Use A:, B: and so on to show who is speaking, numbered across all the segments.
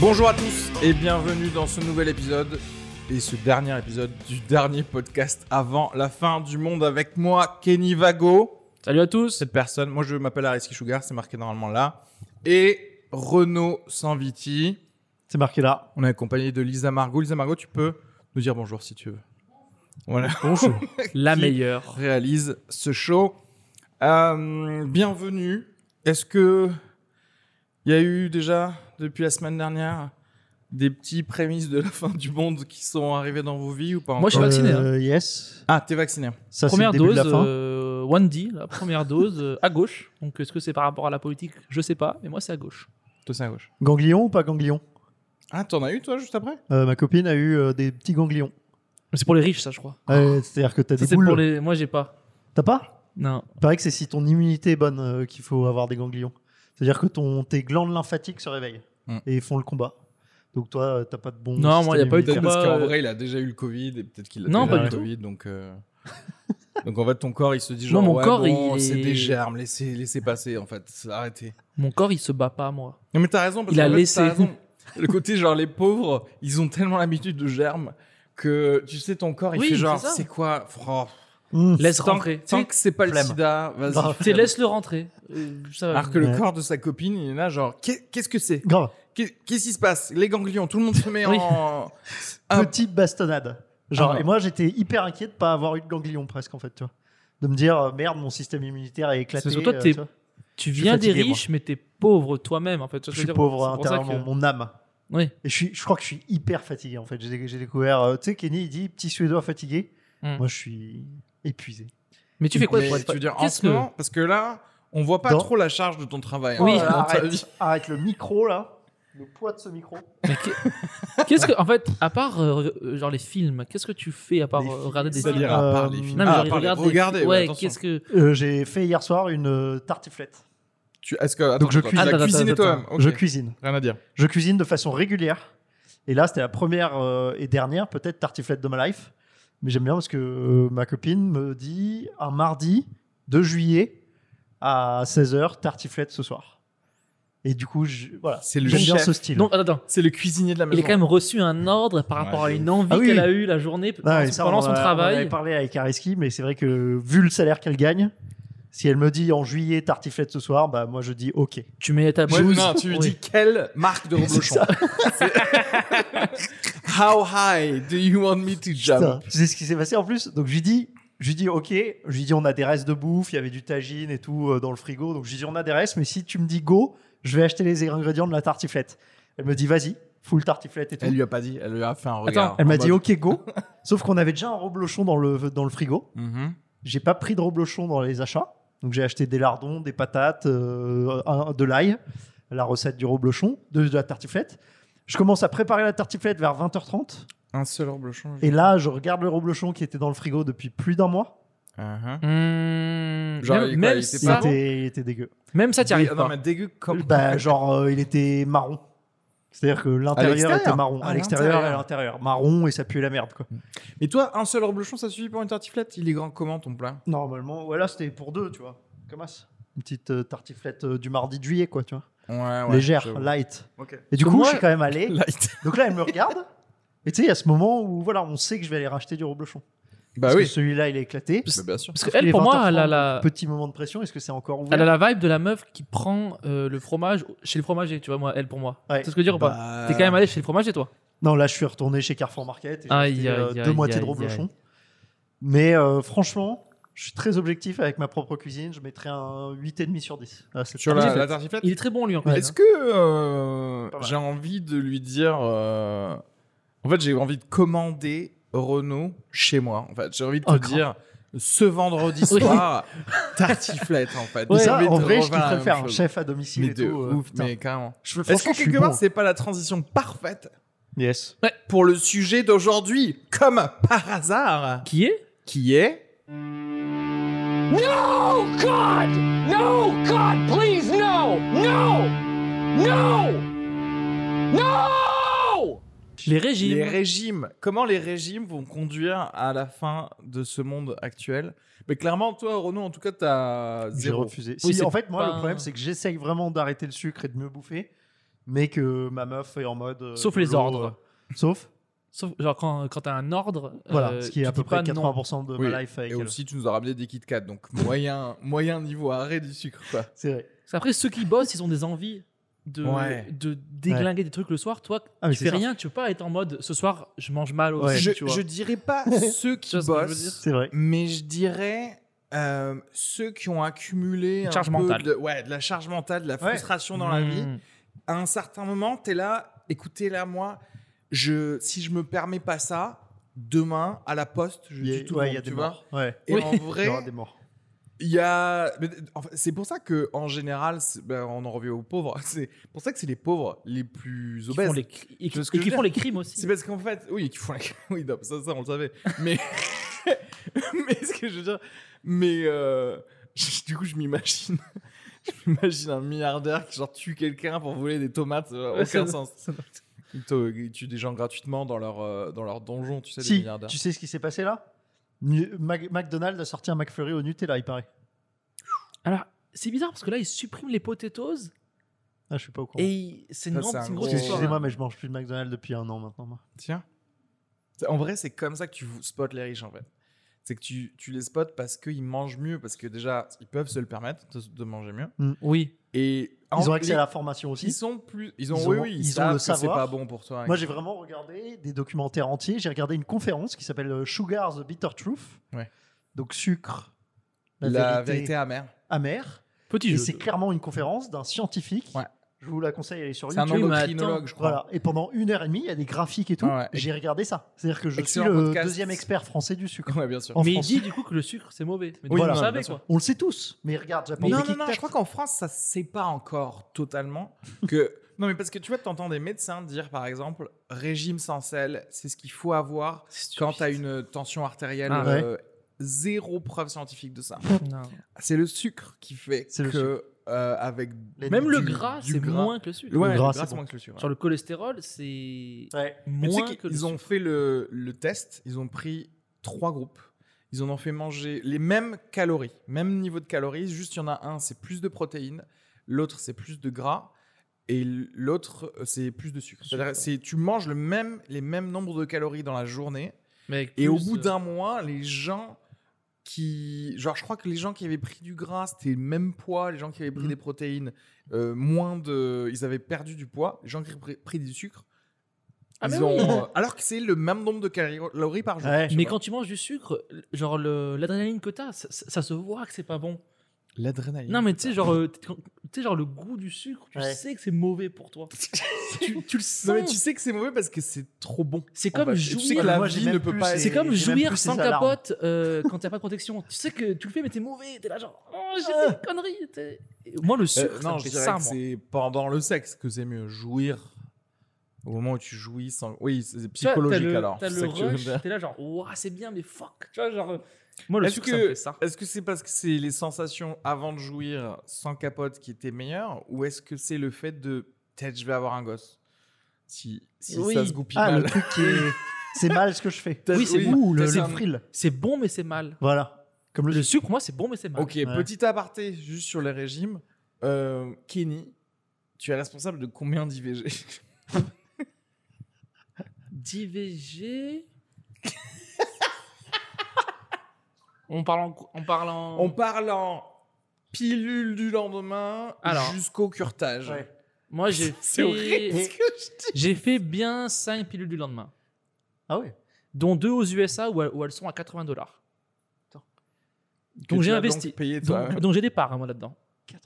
A: Bonjour à tous et bienvenue dans ce nouvel épisode et ce dernier épisode du dernier podcast avant la fin du monde avec moi, Kenny Vago.
B: Salut à tous.
A: Cette personne, moi je m'appelle Ariski Sugar, c'est marqué normalement là. Et Renaud Sanviti.
C: C'est marqué là.
A: On est accompagné de Lisa Margot. Lisa Margot, tu peux nous dire bonjour si tu veux. Voilà,
C: Bonjour.
B: La
A: Qui-
B: meilleure.
A: réalise ce show. Euh, bienvenue. Est-ce que il y a eu déjà depuis la semaine dernière des petits prémices de la fin du monde qui sont arrivés dans vos vies ou pas
B: Moi, je suis
A: encore
B: vacciné, hein.
C: Euh, Yes.
A: Ah, t'es vacciné.
C: Ça, c'est
B: première
C: le début
B: dose,
C: de la fin.
B: euh, 1D, la première dose euh, à gauche. Donc est-ce que c'est par rapport à la politique Je sais pas, mais moi c'est à gauche.
A: Toi, c'est à gauche.
C: Ganglion ou pas ganglion
A: Ah, t'en as eu toi juste après
C: Euh, Ma copine a eu euh, des petits ganglions.
B: Mais C'est pour les riches, ça je crois.
C: Euh, C'est-à-dire que t'as
B: Oh. Ça,
C: des
B: c'est pour
C: boules.
B: les... Moi j'ai pas.
C: T'as pas
B: Non.
C: Il paraît que c'est si ton immunité est bonne euh, qu'il faut avoir des ganglions. C'est-à-dire que ton, tes glandes lymphatiques se réveillent
A: Mm.
C: et font le combat. Donc toi, euh, t'as pas de bon.
B: Non, moi, y a pas eu de
C: de
B: Peut-être parce
A: parce
B: combat, qu'en
A: qu'en
B: euh,
A: vrai,
B: vrai,
A: il a déjà eu le Covid et peut-être qu'il a
B: a Non,
C: déjà pas
A: le
C: eu
B: du le tout.
A: Covid. Donc, euh, donc en fait, ton corps, il se dit genre,
B: genre, Non, mon ouais, corps,
A: bon,
B: bon, il
A: c'est
B: c'est est-
A: des
B: des
A: germes,
B: germes,
A: laissez, passer en fait, arrêtez.
B: Mon corps il se bat pas moi.
A: Non mais t'as raison parce
B: Il
A: qu'en
B: a
A: fait,
B: laissé.
A: t'as raison. Le côté genre les pauvres, ils ont tellement l'habitude de germes que tu sais ton corps il
B: Oui,
A: fait genre
B: c'est ça.
A: c'est quoi oh,
C: Mm.
B: Laisse
A: tant,
B: rentrer.
A: tant
B: Tant-
A: que c'est pas le
C: Flemme.
A: sida, vas-y.
C: Grave.
B: C'est laisse-le rentrer. Euh, ça va.
A: Alors que le
C: Ouais.
A: corps de sa copine, il est là genre Qu'est- qu'est-ce que c'est
C: Grave.
A: Qu'est- Qu'est-ce qui se passe Les ganglions, tout le monde se met
B: Oui.
A: en Ah.
C: Petite bastonnade. Genre,
A: Ah.
C: et moi, j'étais hyper inquiet de pas avoir eu de ganglion presque en fait, tu vois. De me dire euh, merde, mon système immunitaire est éclaté.
B: Parce que toi,
C: euh,
B: t'es-
C: tu vois.
B: Tu
C: suis
B: viens des
C: fatigué, moi.
B: riches, mais t'es pauvre toi-même en fait. Ça, veux
C: je suis
B: dire,
C: pauvre
B: c'est pour ça
C: intérieurement,
B: que-
C: mon âme.
B: Oui.
C: Et je, suis, je crois que je suis hyper fatigué en fait. J'ai j'ai découvert, euh, tu sais, Kenny il dit petit suédois fatigué.
B: Hmm.
C: Moi je suis épuisé.
B: Mais tu fais quoi
A: Mais
B: pour être
A: tu veux dire en
B: Qu'est-ce
A: ce
B: que-
A: moment parce que là, on voit pas
C: Dans-
A: trop la charge de ton travail. hein,
B: Oui.
C: Oh
A: dans
C: là,
A: ta vie.
C: arrête, arrête le micro là, le poids de ce micro.
B: Mais qu'est- Qu'est-ce
C: Ah.
B: que. En fait, à part euh, euh, genre les films, qu'est-ce que tu fais à part
C: Les
B: euh,
C: films,
B: regarder des films
A: C'est-à-dire à part
C: Euh,
A: les films.
B: Non, mais
A: Ah,
B: genre,
A: à
B: ils
A: part les-
B: regardent des-
A: regardez,
B: Ouais,
A: attention.
B: qu'est-ce que.
C: Euh, J'ai fait hier soir une euh, tartiflette.
A: Tu- Est-ce que
C: Donc, je
A: attends,
C: cuisine.
A: tu l'as
B: Ah, Attends,
A: cuisiné
B: attends,
A: toi-même Ok.
C: Je cuisine.
A: Rien à dire.
C: Je cuisine de façon régulière. Et là, c'était la première euh, et dernière, peut-être, tartiflette de ma life. Mais j'aime bien parce que euh, ma copine me dit un mardi 2 juillet à 16h, tartiflette ce soir. Et du coup, je- voilà.
A: C'est le
C: J'aime bien
A: chef.
C: ce style.
B: Non, attends, attends.
A: C'est le cuisinier de la maison.
B: Il a quand même reçu un ordre par
A: Ouais,
B: rapport à
A: c'est
B: une
A: ouf.
B: envie
C: Ah oui,
B: qu'elle
C: oui.
B: a eue la journée
C: Non,
B: pendant,
C: mais ça, on
B: pendant
C: en
B: son
C: a- On en
B: travail.
C: avait parlé avec Ariski, mais c'est vrai que vu le salaire qu'elle gagne, si elle me dit en juillet tartiflette ce soir, bah moi je dis ok.
B: Tu mets ta
A: Ouais,
B: blouse.
A: non, tu lui
B: Oui.
A: dis quelle marque de reblochon How high do you want me to
C: Putain,
A: jump
C: Tu sais ce qui s'est passé en plus Donc je lui dis, je lui dis ok, je lui dis on a des restes de bouffe, il y avait du tagine et tout euh, dans le frigo, donc je lui dis on a des restes, mais si tu me dis go, je vais acheter les ingrédients de la tartiflette. Elle me dit vas-y, full tartiflette et tout.
A: Elle lui a pas dit, elle lui a fait un regard.
C: Elle
A: en
C: m'a dit
A: mode,
C: ok go, sauf qu'on avait déjà un reblochon dans le, dans le frigo.
A: Mhm.
C: J'ai pas pris de reblochon dans les achats, donc j'ai acheté des lardons, des patates, euh, un- de l'ail, la recette du reblochon, de, de la tartiflette. Je commence à préparer la tartiflette vers 20h30
A: Un seul reblochon.
C: et là je regarde le reblochon qui était dans le frigo depuis plus d'un mois.
A: Mhm.
C: Hmm.
B: Mmh,
A: Genre, il est quoi, il
B: même, même
A: était
C: Il
A: pas
B: ça,
A: bon
C: était, il était dégueu.
B: même ça, t'y arrives
A: Ah
B: pas.
A: Non, mais dégueu comme.
C: Bah, genre, euh, il était marron. C'est-à-dire que l'intérieur
A: l'extérieur
C: était marron.
A: Ah,
C: à l'extérieur et à
A: l'intérieur.
C: l'intérieur. Marron et ça puait la merde, quoi.
A: Mais toi, un seul reblochon, ça suffit pour une tartiflette Il est grand comment ton plat
C: Normalement, voilà, c'était pour deux, tu vois. Comme ça. Une petite euh, tartiflette euh, du mardi de juillet, quoi, tu vois.
A: Ouais, ouais.
C: Légère,
A: j'avoue.
C: light.
A: Ok.
C: Et du
B: Parce
C: coup,
B: que moi-
C: je suis quand même allé.
A: Light.
C: Donc là, elle me regarde. Et tu sais, il y a ce moment où, voilà, on sait que je vais aller racheter du reblochon.
A: Bah
C: Parce que
A: oui.
C: celui-là, il est éclaté.
A: Bah, bien sûr.
B: Parce que
C: Il
B: elle,
C: est
B: pour moi, elle a
C: 20h30,
B: la.
C: Petit moment de pression, est-ce que c'est encore
A: Ah,
C: ouvert
B: Elle a la vibe de la meuf qui prend euh, le fromage chez le fromager, tu vois, moi, elle pour moi.
C: Ouais.
B: C'est ce que je veux dire ou pas
A: Bah,
B: T'es quand même allé chez le fromager, toi
C: Non, là, je suis retourné chez Carrefour Market et j'ai
B: Aïe,
C: acheté, euh,
B: aïe,
C: deux
B: aïe,
C: moitiés de
B: aïe,
C: reblochon.
B: aïe.
C: Mais euh, franchement, je suis très objectif avec ma propre cuisine. Je mettrais un 8,5 sur 10. Ah, c'est
A: Sur
C: pas
A: la,
C: mal.
A: la tartiflette
B: Il est très bon, lui, en hein. fait.
A: Est-ce que euh,
C: Pas mal.
A: j'ai envie de lui dire. euh, En fait, j'ai envie de commander Renault chez moi. En fait, j'ai envie de te
C: Oh, grave.
A: dire ce vendredi
B: Oui.
A: soir, tartiflette, en fait.
C: Mais
A: J'ai
C: ça,
A: envie
C: en
A: de
C: vrai, je
A: refaire la
C: kifferais
A: même
C: faire un
A: chose.
C: chef à domicile
A: Mais
C: et
A: de
C: tout. euh,
A: ouf,
C: putain.
A: mais carrément.
C: Je,
A: Est-ce
C: franchement,
A: que
C: je suis
A: quelque
C: bon.
A: part, c'est pas la transition parfaite
C: Yes.
A: pour le sujet d'aujourd'hui, comme par hasard,
B: Qui est
A: qui est.
D: No, God! No, God, please, no! No! No! No!
B: Les régimes.
A: Les régimes. Comment les régimes vont conduire à la fin de ce monde actuel Mais clairement, toi, Renaud, en tout cas, t'as
C: J'ai
A: zéro.
C: refusé.
B: Oui,
C: Si,
B: c'est
C: en fait, moi,
B: pas
C: le problème, c'est que j'essaye vraiment d'arrêter le sucre et de me bouffer, mais que ma meuf est en mode. euh,
B: Sauf les
C: YOLO,
B: ordres.
C: euh, sauf,
B: Sauf, genre, quand, quand t'as un ordre.
C: voilà,
B: euh,
C: ce qui est
B: tu
C: à peu
B: dis
C: près
B: pas non.
C: 80% de
A: Oui,
C: ma life avec
A: Et
C: elle.
A: aussi, tu nous as ramené des Kit Kat, donc moyen, moyen niveau arrêt du sucre, quoi.
C: C'est vrai.
B: Parce qu'après, ceux qui bossent, ils ont des envies de,
A: Ouais.
B: de déglinguer des trucs le soir. Toi,
C: Ah, mais
B: tu
C: c'est
B: fais
C: ça.
B: rien, tu peux pas être en mode ce soir, je mange mal aussi.
C: Ouais.
A: je,
B: tu vois.
A: je dirais pas ceux qui
B: Tu vois ce que je veux
A: bossent,
C: C'est vrai.
A: mais je dirais euh, ceux qui ont accumulé
B: Une
A: un
B: charge
A: peu
B: mentale.
A: De, ouais, de la charge mentale, de la
C: Ouais.
A: frustration dans la vie.
B: Mmh.
A: À un certain moment, t'es là, écoutez là, moi, je, si je me permets pas ça, demain à la poste, je
C: Il y a,
A: dis tout
C: ouais,
A: le
C: il y
A: monde,
C: a des
A: tu vois.
C: morts. Ouais.
A: Et
B: Oui.
A: en
C: Il y
A: vrai,
C: aura des morts.
A: il y a. mais, en fait, C'est pour ça que en général, c'est- ben, on en revient aux pauvres. C'est pour ça que c'est les pauvres les plus
B: Qui font
A: obèses.
B: les, et
A: Tu vois
B: qui,
A: ce que
B: et
A: je
B: qui
A: veux dire
B: font les crimes aussi.
A: C'est parce qu'en fait, oui, qui font la... oui, non, ça, ça, on le savait. Mais, mais ce que je veux dire, mais euh, je- du coup, je m'imagine, je m'imagine un milliardaire qui genre tue quelqu'un pour voler des tomates, ça n'a
B: Ouais,
A: aucun
B: ça-
A: sens.
B: ça-
A: Il, te- il tue des gens gratuitement dans leur euh, dans leur donjon, tu sais, les
C: Si,
A: milliardaires.
C: tu sais ce qui s'est passé là Mieux- Mac- McDonald's a sorti un McFlurry au Nutella, il paraît.
B: Alors, c'est bizarre parce que là, ils suppriment les potatoes
A: Oh.
C: Ah, je suis pas au courant.
B: et ils- c'est une,
A: Ça,
B: grande,
A: c'est un
B: c'est une
A: gros-
B: grosse histoire.
C: Excusez-moi, mais je mange plus de McDonald's depuis un an maintenant. moi.
A: Tiens, C'est- en vrai, c'est comme ça que tu spots les riches en fait. C'est que tu, tu les spots parce qu'ils mangent mieux, parce que déjà, ils peuvent se le permettre de, de manger mieux.
B: Oui.
A: Ah, Et en-
C: Ils ont accès
A: les-
C: à la formation aussi.
A: Ils sont plus. Ils ont,
C: Ils ont-
A: oui, oui, ils,
C: ils ont
A: savent
C: le
A: que c'est
C: savoir.
A: pas bon pour toi.
C: Moi, j'ai vraiment regardé des documentaires entiers. J'ai regardé une conférence qui s'appelle euh, Sugar the Bitter Truth.
A: Ouais.
C: Donc, sucre,
A: la,
C: la,
A: vérité, amère.
C: amère.
B: Petit
C: Et
B: jeu.
C: c'est clairement une conférence d'un scientifique.
A: Ouais.
C: Je vous la conseille, elle est sur
A: C'est un
C: YouTube.
B: Oui, mais
A: endocrinologue,
B: attends.
A: je crois.
C: Voilà. Et pendant une heure et demie, il y a des graphiques et tout.
A: Ah ouais.
C: J'ai regardé ça. C'est-à-dire que je
A: Excellent
C: suis le
A: podcast.
C: deuxième expert français du sucre.
A: Ouais, bien sûr.
C: en
B: mais
C: France.
B: il dit du coup que le sucre, c'est mauvais. Mais
A: Oui,
B: voilà,
C: non,
B: vous savez
A: bien sûr.
B: quoi.
C: On le sait tous, mais regarde, j'apprends
A: non,
C: des
A: non, non, je
C: Kit Kat.
A: crois qu'en France, ça se sait pas encore totalement que. Non, mais parce que tu vois, t'entends des médecins dire, par exemple, régime sans sel, c'est ce qu'il faut avoir
B: C'est
A: quand t'as
B: stupide.
A: une euh, tension artérielle.
B: Ah,
A: euh, Zéro preuve scientifique de ça.
B: Non.
A: C'est le sucre qui fait
C: C'est le
A: que, euh, avec.
C: Les-
B: Même le
A: du-
B: gras,
A: du
B: c'est
A: gras.
B: moins que le sucre.
A: Ouais, le gras,
C: gras, c'est
A: c'est
C: bon.
A: moins que le sucre.
B: Genre le cholestérol, c'est
C: Ouais.
A: Mais tu sais
B: moins
A: qu'ils-
B: que le
A: ils ont
B: sucre.
A: fait le, le test, ils ont pris trois groupes. Ils en ont fait manger les mêmes calories, même niveau de calories, juste il y en a un, c'est plus de protéines, l'autre, c'est plus de gras, et l'autre, euh, c'est plus de sucre. C'est-à-dire, c'est- tu manges le même, les mêmes nombres de calories dans la journée,
B: Mais avec
A: et au
B: plus
A: bout
B: de-
A: d'un mois, les gens qui. Genre, je crois que les gens qui avaient pris du gras, c'était le même poids. Les gens qui avaient pris
C: Mhm.
A: des protéines, euh, moins de. Ils avaient perdu du poids. Les gens qui avaient pris- pris du sucre.
B: Ah,
A: ils
B: mais
A: ont... euh, Alors que c'est le même nombre de calories par jour.
C: Ouais.
A: tu
B: Mais
A: vois.
B: quand tu manges du sucre, genre le- l'adrénaline que t'as, ça, ça- ça se voit que c'est pas bon.
A: L'adrénaline.
B: Non, mais tu sais, genre, euh, t- quand- tu sais, genre le goût du sucre, tu
C: Ouais.
B: sais que c'est mauvais pour toi. tu, tu le
A: Non, mais tu
B: sens.
A: sais que c'est mauvais parce que c'est trop bon.
B: C'est
A: En
B: comme
A: fait, tu sais que
B: jouir.
A: la
C: Moi, j'ai
A: vie ne
C: même
A: peut
C: plus
A: pas.
C: ces-
B: C'est comme
C: j'ai même
B: jouir
C: plus
B: sans
C: ces alarmes.
B: capote euh, quand t'as pas de protection. Tu sais que tu le fais, mais t'es mauvais. T'es là, genre, oh, j'ai fait une connerie. t'es- Et Moi, le
A: Euh,
B: sucre, ça
A: non,
B: me
A: je
B: fait
A: dirais
B: ça,
A: que
B: moi.
A: c'est pendant le sexe que c'est mieux. Jouir. Au moment où tu jouis sans. Oui, c'est
B: Tu vois,
A: psychologique
B: t'as le-
A: alors.
B: T'as
A: c'est
B: le
A: ça que tu veux
B: rush,
A: dire.
B: t'es là, genre, ouah, c'est bien, mais fuck. Tu vois, genre, euh, moi, le
A: Est-ce
B: sucre,
A: que-
B: ça me fait ça.
A: Est-ce que c'est parce que c'est les sensations avant de jouir sans capote qui étaient meilleures ou est-ce que c'est le fait de peut-être je vais avoir un gosse si, si
B: Oui.
A: ça se goupille
C: Ah,
A: mal
C: le truc qui est. C'est mal ce que je fais.
B: Oui, c'est
A: oui.
C: Ouh, le,
A: T'as-
C: le
A: un-
C: frill.
B: C'est bon, mais c'est mal.
C: Voilà. Comme le,
B: Le sucre, moi, c'est bon, mais c'est mal.
A: Ok, petit aparté juste sur les régimes. Euh, Kenny, tu es responsable de combien d'IVG
B: 10 VG. on parle en. cou- On parle en...
A: On parle en pilule du lendemain
B: Alors.
A: jusqu'au curtage.
C: Ouais.
B: Moi, j'ai
A: C'est horrible
B: fait.
A: ce que je dis.
B: J'ai fait bien 5 pilules du lendemain,
C: Ah ouais.
B: dont deux aux USA où, elles- où elles sont à 80 dollars.
A: Que
B: Donc
A: tu
B: j'ai
A: as
B: investi.
A: payé toi.
B: Donc, donc j'ai des parts hein, moi là-dedans.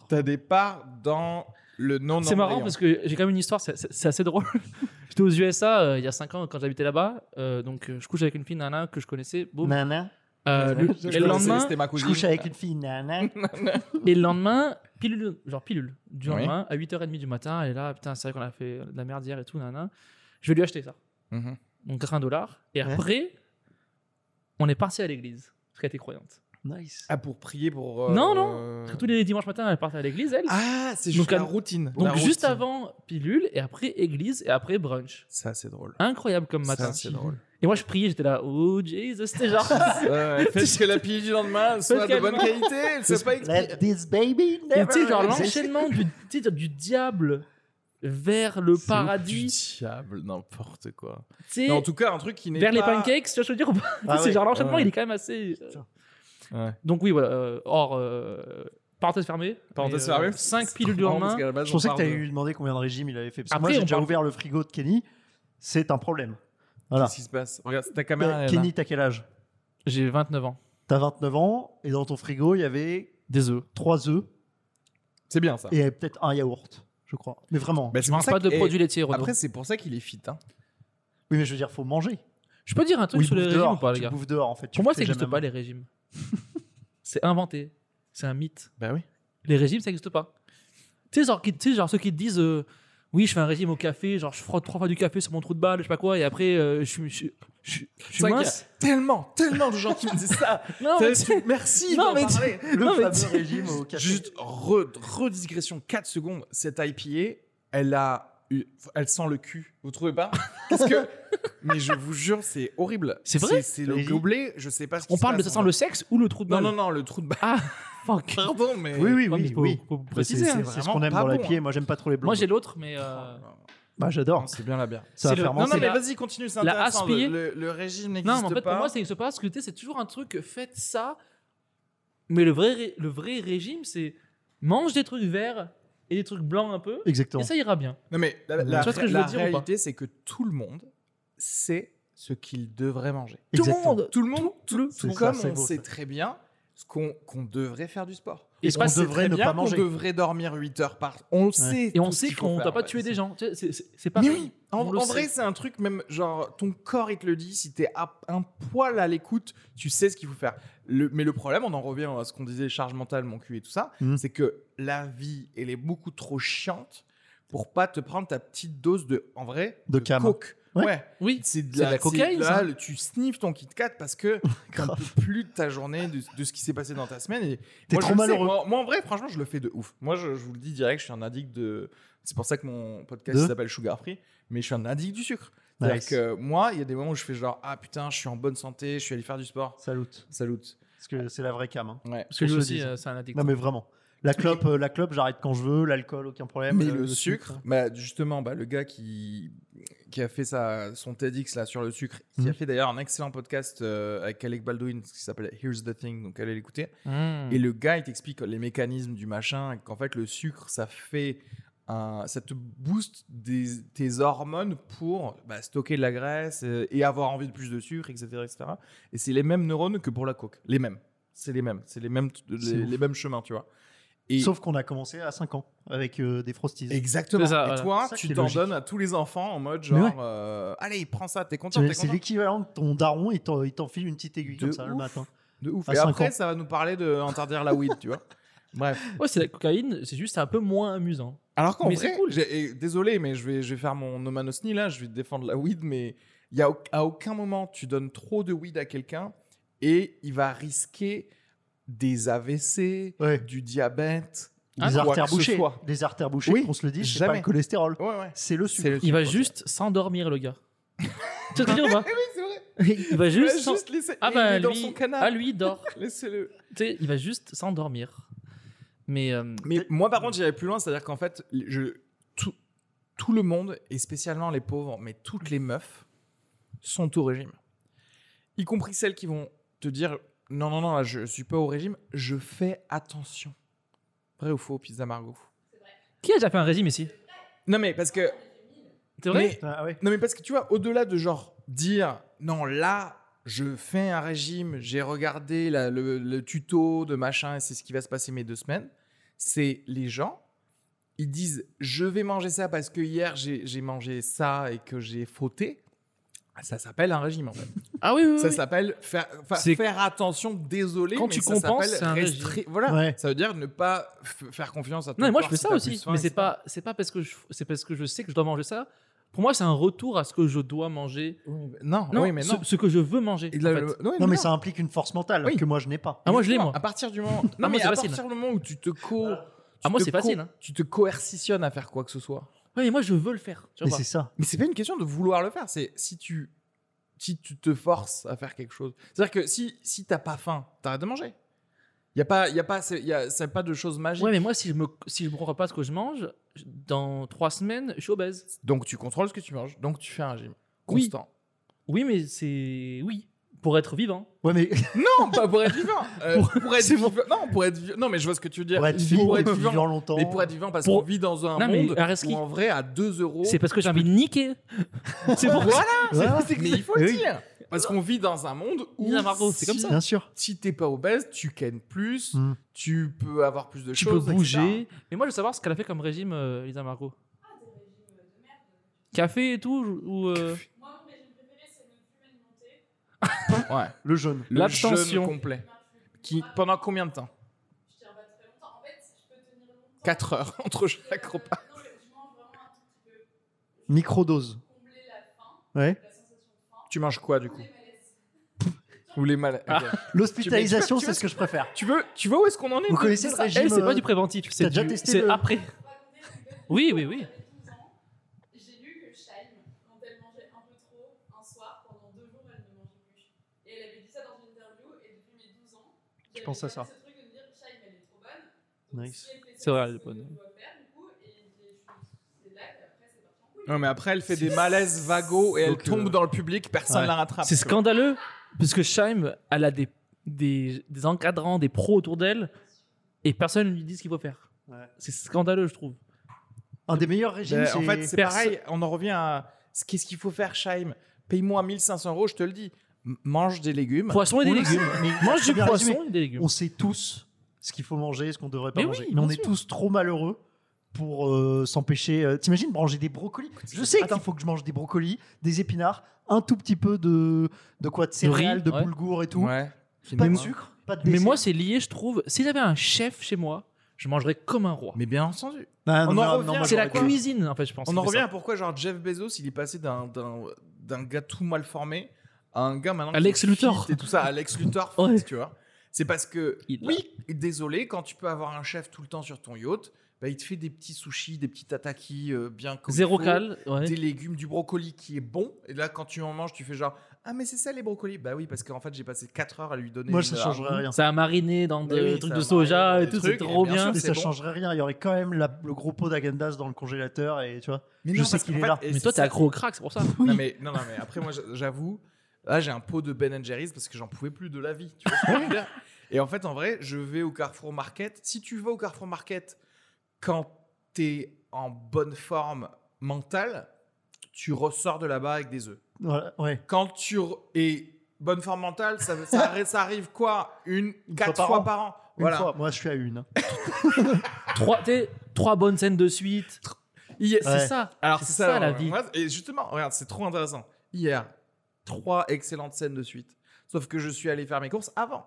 A: T'as des parts dans le non
B: C'est marrant parce que j'ai quand même une histoire, c'est- c'est c'est assez drôle. J'étais aux USA euh, il y a 5 ans quand j'habitais là-bas, euh, donc euh, je couche avec une fille nana que je connaissais. boum.
C: Nana.
B: Euh, le,
C: Je
B: et le lendemain,
A: c'était ma
C: Je
A: cousine.
C: couche avec une fille. Nana.
B: Et le lendemain, pilule, genre pilule, du
A: Oui.
B: lendemain, à 8h30 du matin, elle est là, putain, c'est vrai qu'on a fait de la merde hier et tout, nanana. Je vais lui acheter ça.
A: Mhm.
B: Donc, 1 dollar. Et
C: Ouais.
B: après, on est parti à l'église, parce qu'elle était croyante.
C: Nice.
A: Ah, pour prier, pour. euh,
B: Non, non.
A: euh,
B: Parce que tous les dimanches matins, elle partait à l'église, elle.
A: Ah, c'est
B: Donc,
A: juste la
B: à-
A: routine.
B: Donc
A: la
B: juste
A: routine.
B: avant pilule et après église et après brunch.
A: Ça, c'est drôle.
B: Incroyable comme matin.
A: Ça, c'est drôle.
B: Et moi je priais, j'étais là, oh Jesus, c'était genre.
A: Ouais, Faites que la pilule du lendemain soit de
B: qu'elle-
A: bonne qualité. Elle sait pas expliquer.
C: Let this baby
B: et
C: never
B: tu sais, genre
C: exist.
B: l'enchaînement du, tu sais, du diable vers le
A: C'est Du
B: paradis,
A: diable, n'importe quoi.
B: tu sais,
A: Mais en tout cas, un truc qui n'est
B: vers les
A: pas-
B: pancakes, tu vois, je veux dire, ou pas
C: Ah
B: c'est
C: ouais.
B: genre l'enchaînement,
A: ouais.
B: il est quand même assez.
A: Ouais.
B: Donc oui, voilà. euh, or, euh, parenthèse fermée.
A: Parenthèse fermée.
B: 5 pilules du
A: Non, parce
B: lendemain.
A: qu'à la base,
C: Je
A: on
C: pensais que
A: parle
C: tu
A: de-
C: allais lui demander combien de régimes il avait fait. Parce que
B: Après,
C: moi, j'ai
B: on
C: déjà
B: parle-
C: ouvert le frigo de Kenny. C'est un problème. Voilà.
A: Qu'est-ce qui se passe Regarde, c'est ta
B: Bah,
A: caméra. elle est là.
C: Kenny, t'as quel âge
B: J'ai 29 ans.
C: T'as 29 ans et dans ton frigo, il y avait
B: Des œufs.
C: 3 œufs
A: C'est bien ça.
C: et il y avait peut-être un yaourt, je crois. Mais vraiment.
A: Bah,
B: Je
A: c'est pour
B: mange
A: ça
B: pas
A: que-
B: de
A: et
B: produits laitiers, Renaud.
A: Après, c'est pour ça qu'il est fit. hein.
C: Oui, mais je veux dire, faut manger.
B: Je peux dire un truc
C: Oui,
B: sur les
C: bouffe
B: régimes
C: dehors.
B: ou pas, les
C: Tu
B: gars
C: bouffes dehors, en fait. Tu
B: Pour moi,
C: fais
B: ça n'existe
C: jamais
B: pas,
C: mal.
B: les régimes. c'est inventé. C'est un mythe.
A: Bah oui.
B: Les régimes, ça n'existe pas. Tu sais, genre, qui- tu sais, genre ceux qui te disent euh, Oui, je fais un régime au café, genre je frotte trois fois du café sur mon trou de balle, je sais pas quoi, et après euh, je suis- je suis je suis- je suis
A: C'est vrai
B: mince.
A: Tellement, tellement de gens qui me disent ça.
B: Non,
A: T'as-
B: mais tu-
A: tu- Merci
B: Non,
A: d'en
B: mais tu-
A: parler.
C: Le
B: Non, mais
C: fameux
B: tu-
C: régime au café.
A: Juste re- redigression 4 secondes. Cette IPA, elle a eu- elle sent le cul. Vous trouvez pas Parce que mais je vous jure, c'est horrible.
B: C'est vrai
A: C'est le
C: Vas-y.
A: gobelet, je sais pas ce qui
B: on
A: se
B: parle de
A: passe,
B: ça
A: en
B: sent le sexe ou le trou de
A: fait.
B: balle
A: Non non non, le trou de balle.
B: Ah, fuck.
A: Pardon mais
C: Oui,
B: Ouais,
C: oui,
B: mais
C: oui.
B: faut-
C: oui.
B: faut préciser,
C: C'est
B: hein.
C: c'est
A: c'est
C: ce qu'on aime
A: vraiment
C: dans
A: pas
C: la
A: bon,
C: pied. Moi, j'aime pas trop les blondes.
B: Moi j'ai l'autre, mais.
A: Oh
B: euh,
A: là là.
C: Bah, j'adore.
A: Non, c'est bien la bière.
C: Ça va
B: le-
C: faire
B: Non,
A: Non, non,
B: c'est
A: mais
B: la-
A: vas-y, continue, c'est
B: la
A: intéressant.
B: aspillée.
A: Le, le- le régime n'existe pas.
B: Non, mais en fait, pour moi, ça n'existe pas parce que tu sais, c'est toujours un truc, euh, faites ça. Mais le vrai, ré- le vrai régime, c'est mange des trucs verts et des trucs blancs un peu. Et
C: Exactement.
B: ça ira bien.
A: Non, mais la, la-
B: Tu vois ce que je
A: la
B: veux dire ou pas
A: réalité, c'est que tout le monde sait ce qu'il devrait manger.
C: Exactement.
A: Tout le monde, tout, le
C: c'est
A: comme
C: ça, c'est
A: on
C: beau,
A: sait
C: ça.
A: très bien ce qu'on qu'on devrait faire du sport.
B: Et
A: on
B: on
A: sait
C: devrait
A: très
C: ne
A: bien
C: pas
A: qu'on
C: manger.
A: devrait dormir 8 heures par. On le sait.
B: Et
A: tout
B: on
A: ce
B: sait
A: qu'il faut
B: qu'on
A: faire,
B: t'a pas
A: ouais,
B: tué
A: c'est-
B: des gens. Tu sais, C'est c'est- c'est pas
A: Mais oui, en,
B: On le
A: en
B: sait.
A: vrai, c'est un truc même genre ton corps il te le dit. Si t'es à- un poil à l'écoute, tu sais ce qu'il faut faire. Le- mais le problème, on en revient à ce qu'on disait charge mentale, mon cul et tout ça,
B: Mm.
C: Mhm.
A: c'est que la vie elle est beaucoup trop chiante pour pas te prendre ta petite dose de en vrai
C: De cam.
A: coke. Ouais.
C: Ouais.
B: Oui.
A: C'est de
B: C'est
A: la,
B: de la cocaïne,
A: c'est- là,
B: ça.
A: le- tu sniffes ton Kit Kat parce que t'en
C: Grave.
A: peux plus de ta journée, de, de ce qui s'est passé dans ta semaine. et-
C: T'es
A: moi, je
C: trop
A: le sais.
C: malheureux.
A: Moi, moi, en vrai, franchement, je le fais de ouf. Moi, je, je vous le dis direct, je suis un addict de. C'est pour ça que mon podcast
C: De
A: s'appelle Sugar Free, mais je suis un addict du sucre. C'est-à-dire
C: Nice.
A: que moi, il y a des moments où je fais genre Ah putain, je suis en bonne santé, je suis allé faire du sport.
C: Salut.
A: Salut.
C: Parce que c'est la vraie cam. hein.
A: Ouais.
B: Parce que
C: On
B: lui
C: se
B: aussi,
C: dit.
B: euh, c'est un addict.
C: Non, mais vraiment. La clope, euh, la clope, j'arrête quand je veux. L'alcool, aucun problème. euh,
A: Mais le, sucre, bah, justement, bah, le gars qui, qui a fait sa, son TEDx là, sur le sucre, qui a
C: Mhm.
A: fait d'ailleurs un excellent podcast euh, avec Alec Baldwin qui s'appelle Here's the Thing, donc allez l'écouter.
B: Mm.
A: Et le gars, il t'explique les mécanismes du machin, et qu'en fait, le sucre, ça fait un, ça te booste des, tes hormones pour bah, stocker de la graisse euh, et avoir envie de plus de sucre, etc. etc. Et c'est les mêmes neurones que pour la coke. Les mêmes. C'est les mêmes. C'est les mêmes,
C: C'est
A: les,
C: ouf.
A: les mêmes chemins, tu vois. Et
C: Sauf qu'on a commencé à 5 ans avec euh, des frosties.
A: Exactement.
B: C'est ça,
A: et
B: voilà.
A: toi,
C: C'est ça
A: tu
C: qui est
A: t'en
C: logique.
A: donnes à tous les enfants en mode
C: Mais
A: genre,
C: ouais.
A: euh, allez, prends ça, t'es content,
C: C'est
A: t'es
C: Euh, c'est
A: content.
C: l'équivalent de ton daron, il t'en- il t'enfile une petite aiguille
A: De
C: comme ça le
A: ouf. Ah,
C: matin.
A: De ouf.
C: à
A: Et
C: cinq
A: après,
C: ans.
A: ça va nous parler de interdire la weed, tu vois. Bref.
B: Ouais, c'est la cocaïne, c'est juste un peu moins amusant.
A: Alors qu'en
B: Mais
A: vrai,
B: c'est cool.
A: j'ai- et désolé, mais je vais, je vais faire mon no man no sni, là, je vais défendre la weed, mais il y a au- à aucun moment tu donnes trop de weed à quelqu'un et il va risquer des AVC,
C: Ouais.
A: du diabète, ou
C: Les
A: quoi
C: artères
A: que ce
C: bouchées.
A: soit.
C: Les artères bouchées,
A: Oui,
C: qu'on se le dise, c'est
A: jamais.
C: pas le cholestérol.
A: Ouais, ouais.
C: C'est le
A: C'est
C: sucre.
A: le
B: Il va
A: sucre,
B: juste s'endormir, le gars. tu vois ce que je veux dire ou pas
A: ouais. Oui, c'est vrai.
B: Il va
A: Il va
B: juste. s'en-
A: juste laisser.
B: Ah
A: et il
B: bah
A: est dans
B: lui,
A: son canal.
B: ah, lui, il dort.
A: Laissez-le.
B: Tu sais, il va juste s'endormir. Mais. euh,
A: Mais moi, par contre, j'irais plus loin, c'est-à-dire qu'en fait, je, tout, tout le monde, et spécialement les pauvres, mais toutes les meufs, sont au régime. Y compris celles qui vont te dire Non, non, non, là, je suis pas au régime, je fais attention. Vrai ou faux, Pizza Margot
B: Qui a déjà fait un régime ici
A: Non, mais parce que.
B: C'est vrai
A: mais-
C: Ah ouais.
A: non, mais parce que tu vois, au-delà de genre dire Non, là. Je fais un régime, j'ai regardé la- le, le tuto de machin et c'est ce qui va se passer mes deux semaines. C'est les gens ils disent je vais manger ça parce que hier j'ai j'ai mangé ça et que j'ai fauté. Ça s'appelle un régime en fait.
B: Ah oui, oui.
A: Ça
B: oui.
A: s'appelle faire, enfin,
B: C'est-
A: faire attention, désolé.
B: Quand
A: mais
B: tu
A: ça
B: compenses,
A: s'appelle
B: c'est un
A: restri-
B: régime.
A: Voilà.
C: Ouais.
A: Ça veut dire ne pas f- faire confiance à ton
B: Non, mais moi je
A: corps
B: fais
A: si
B: ça
A: t'as
B: aussi,
A: plus faim,
B: mais c'est
A: etc.
B: pas c'est pas parce que je c'est parce que je sais que je dois manger ça Pour moi, c'est un retour à ce que je dois manger.
A: Oui, mais- non,
B: Non,
A: Ah oui, mais
B: ce-
A: non.
B: Ce, que je veux manger.
A: Il a
B: en fait.
A: le- oui, mais
C: Non, mais ça implique une force mentale
A: Oui.
C: que moi je n'ai pas.
B: Ah, moi, je l'ai,
A: Justement,
B: moi. Ah,
A: À partir du moment, non,
B: moi,
A: mais
B: c'est
A: à
B: facile.
A: partir du moment où tu te co,
B: Ah,
A: tu
B: moi,
A: te
B: c'est
A: co-
B: facile, hein.
A: Tu te coercitionnes à faire quoi que ce soit.
B: Ouais, mais moi, je veux le faire. Tu
C: Mais
B: vois
C: c'est ça.
A: Mais c'est pas une question de vouloir le faire. C'est si tu, si tu te forces à faire quelque chose. C'est-à-dire que si si t'as pas faim, t'arrêtes de manger. Il y a pas, il y a pas, c'est- y a, c'est pas de choses magiques.
B: Ouais, mais moi, si je me, si je me comprends pas ce que je mange, je- dans trois semaines, je suis obèse.
A: Donc tu contrôles ce que tu manges. Donc tu fais un régime
B: Oui.
A: constant.
B: Oui, mais c'est. Oui, pour être vivant.
C: Ouais, mais
A: Non, pas pour être vivant. Euh, pour, être vivant. Non, pour être vivant. Non, mais je vois ce que tu veux dire.
C: pour être vivant,
A: pour être
C: vivant
A: vivant.
C: longtemps.
A: Mais pour être vivant, parce
B: Pour-
A: qu'on vit dans un
B: Non, mais
A: monde
B: un reski.
A: où en vrai à 2 euros.
B: C'est parce que j'ai envie de niquer. c'est pour
A: Voilà.
C: Voilà.
A: Mais il faut le
C: Eh oui.
A: dire. Parce qu'on vit dans un monde où.
B: Nina Margot, c'est comme
A: si-
B: ça.
C: Bien sûr.
A: Si t'es pas obèse, tu cannes plus,
C: Mm.
A: tu peux avoir plus de
B: Tu peux
A: choses.
B: bouger.
A: etc.
B: Mais moi, je veux savoir ce qu'elle a fait comme régime, euh, Lisa Margot. Café et tout ou euh,
E: Moi, mon régime préféré, c'est ne plus m'alimenter.
A: Ouais.
C: Le jeûne.
A: Le
B: L'abstention.
A: jeûne complet. Qui, pendant combien de temps
E: Je tiens pas très longtemps. En fait, je peux tenir longtemps.
A: 4 heures entre
E: Euh,
A: chaque repas.
E: Non, mais je mange vraiment un tout petit peu.
C: Microdose.
E: Combler la faim,
C: Ouais.
E: la sensation de faim.
A: Tu manges quoi du
E: Ou
A: coup
E: les malaises.
A: Ou les malades
C: L'hospitalisation,
A: Tu vois-
C: c'est ce que je préfère.
A: Tu veux, tu vois où est-ce qu'on en est
C: Vous
A: de-
C: connaissez
A: de
C: le
A: ça Eh,
C: régime
B: Elle, c'est
C: euh,
B: pas du préventif. C'est
C: t'as déjà
B: du-
C: testé
B: c'est
C: le-
B: après.
A: Ah,
E: Pour raconter une anecdote,
B: Oui,
E: quand
B: oui, oui.
E: j'avais 12 ans, J'ai lu que Scheim, quand elle mangeait un peu trop, un soir, pendant deux jours, elle ne mangeait plus. Et elle avait dit ça dans une interview, et depuis mes 12 ans, j'avais
C: pense à
E: gardé
C: ça.
E: ce truc de me dire Scheim, elle est trop bonne. Donc,
C: Nice.
E: si elle fait ça,
B: C'est vrai, elle
E: ce
B: est
E: que
B: bonne.
E: je dois faire, du coup, et j'ai- c'est là qu'après, c'est parti en couille.
A: Non, mais après, elle fait des malaises vagos et elle
C: Donc, euh,
A: tombe dans le public, personne
C: ouais.
A: la rattrape.
B: C'est
A: tu vois.
B: scandaleux parce que Scheim, elle a des, des, des encadrants, des pros autour d'elle et personne ne lui dit ce qu'il faut faire.
C: Ouais.
B: C'est scandaleux, je trouve.
C: Un des meilleurs régimes,
A: Euh,
C: c'est
A: en fait, c'est
B: Perso-
A: pareil, on en revient à ce- qu'est-ce qu'il faut faire, Shaim Paye-moi 1500 euros, je te le dis. M- mange des légumes.
B: Poisson et des
C: on le
B: légumes.
C: sait, mais-
B: Mange du
C: Bien résumé.
B: poisson et des légumes.
C: on sait tous ce qu'il faut manger, ce qu'on devrait pas
B: Mais oui,
C: manger. Mais
B: bien
C: on est
B: sûr.
C: tous trop malheureux pour euh, s'empêcher. euh, T'imagines manger des brocolis Je sais qu'il faut que je mange des brocolis, des épinards, un tout petit peu de de quoi de céréales, de
B: ouais.
C: boulgour et tout.
A: Ouais.
C: Pas de
A: Mais-
C: sucre, pas de
B: Mais
C: dessert.
B: moi, c'est lié, je trouve. Si j'avais un chef chez moi, je mangerais comme un roi.
A: Mais bien entendu.
C: Ah,
A: on
C: non,
A: en
C: non,
A: revient,
C: non, moi,
B: C'est la
C: j'aurais-
B: cuisine, en fait, je pense.
A: On
B: qui
A: en
B: fait
A: revient
B: ça.
A: à pourquoi genre Jeff Bezos il est passé d'un d'un d'un gars tout mal formé à un gars maintenant
B: Alex
A: qui fit
B: Luthor.
A: et tout ça Alex Luthor fit,
B: Ouais.
A: tu vois c'est parce que
B: Il-
A: oui désolé quand tu peux avoir un chef tout le temps sur ton yacht bah, il te fait des petits sushis des petits tataki euh, bien comme il
B: Zéro
A: faut,
B: cal. ouais.
A: des légumes du brocoli qui est bon et là quand tu en manges tu fais genre ah mais c'est ça les brocolis bah oui parce qu'en fait j'ai passé 4 heures à lui donner
C: Moi,
A: une-
C: ça
A: un-
C: changerait rien.
B: Ça a mariné dans
A: Mais
B: des
A: oui,
B: trucs
A: ça
B: de
A: a
B: soja
A: mariné
B: et
A: dans
B: tout,
A: des
B: c'est
A: trucs,
B: trop
A: et bien
B: bien.
A: sûr,
C: Mais
A: Ah, c'est
C: ça
A: bon.
C: changerait rien. Il y aurait quand même la- le gros pot d'agendas dans le congélateur et tu vois.
A: mais
C: je
A: non,
C: sais
A: parce
C: qu'il
A: qu'en
C: est
A: fait,
C: là.
A: et
B: Mais
A: c'est
B: toi, t'es
A: ça-
B: accro au crack, c'est pour ça.
A: Non mais, non, non, mais après, moi, j'a- j'avoue, là, j'ai un pot de Ben Jerry's parce que j'en pouvais plus de la vie. Tu vois ce que je veux dire Et en fait, en vrai, je vais au Carrefour Market. Si tu vas au Carrefour Market quand t'es en bonne forme mentale, tu ressors de là-bas avec des œufs.
C: Voilà, ouais.
A: Quand tu re- es bonne forme mentale, ça, ça, arri- ça arrive quoi Une,
C: Une
A: quatre fois,
C: fois par an.
A: par an.
C: Une
A: voilà.
C: fois, moi, je suis à une.
B: Trois, t'sais, trois bonnes scènes de suite.
A: Hier-
C: Ouais.
B: C'est ça.
A: Alors
B: C'est ça, la
A: ouais.
B: vie.
A: Moi, et justement, regarde, c'est trop intéressant. Hier, trois excellentes scènes de suite. Sauf que je suis allé faire mes courses avant.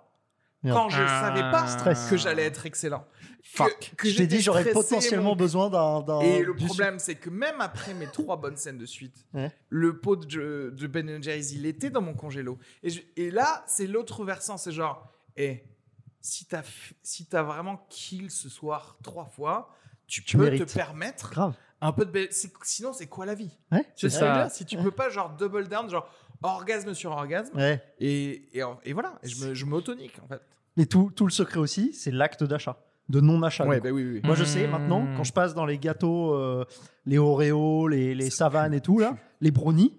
C: Merde.
A: Quand je
B: Ah.
A: savais pas
C: Stress.
A: que j'allais être excellent.
C: Fuck.
A: Que
C: je t'ai
A: j'étais
C: dit, j'aurais
A: stressé,
C: potentiellement
A: mon-
C: besoin d'un. d'un-
A: Et le
C: du sucre.
A: problème, c'est que même après mes trois bonnes scènes de suite,
C: Ouais.
A: le pot de, de Ben Jerry's, il était dans mon congélo. Et, je- et là, c'est l'autre versant. C'est genre, eh, si t'as f- si t'as vraiment kill ce soir trois fois, tu,
C: Tu
A: peux
C: mérites.
A: te permettre
C: Grave.
A: un peu de ba- c'est- sinon c'est quoi la vie
C: Ouais.
A: Tu
B: C'est
A: sais ce que je veux
B: ça.
A: dire si tu peux pas genre double down genre orgasme sur orgasme
C: Ouais.
A: et, et, en- et voilà et je me je m'autonique en fait
C: Mais tout, tout le secret aussi, c'est l'acte d'achat, de non-achat.
A: ouais
C: du coup.
A: bah oui oui, oui.
C: Moi, je sais
B: Mmh.
C: maintenant, quand je passe dans les gâteaux, euh, les Oreos, les, les savanes et tout, là, les brownies,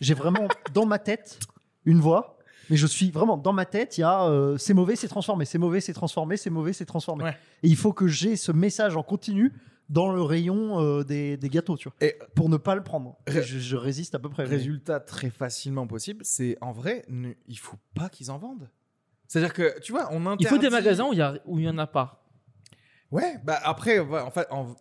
C: j'ai vraiment dans ma tête une voix. Mais je suis vraiment dans ma tête, il y a euh, c'est mauvais, c'est transformé, c'est mauvais, c'est transformé, c'est mauvais, c'est transformé.
A: Ouais.
C: Et il faut que j'ai ce message en continu dans le rayon euh, des, des gâteaux, tu vois,
A: Et-
C: pour ne pas le prendre.
A: Ré-
C: je, je résiste à peu près. mais-
A: résultat très facilement possible c'est en vrai ne- il faut pas qu'ils en vendent c'est à dire que tu vois on interdit
B: Il faut des magasins où il y, a- où il y en a pas.
A: ouais bah après ouais, en fait en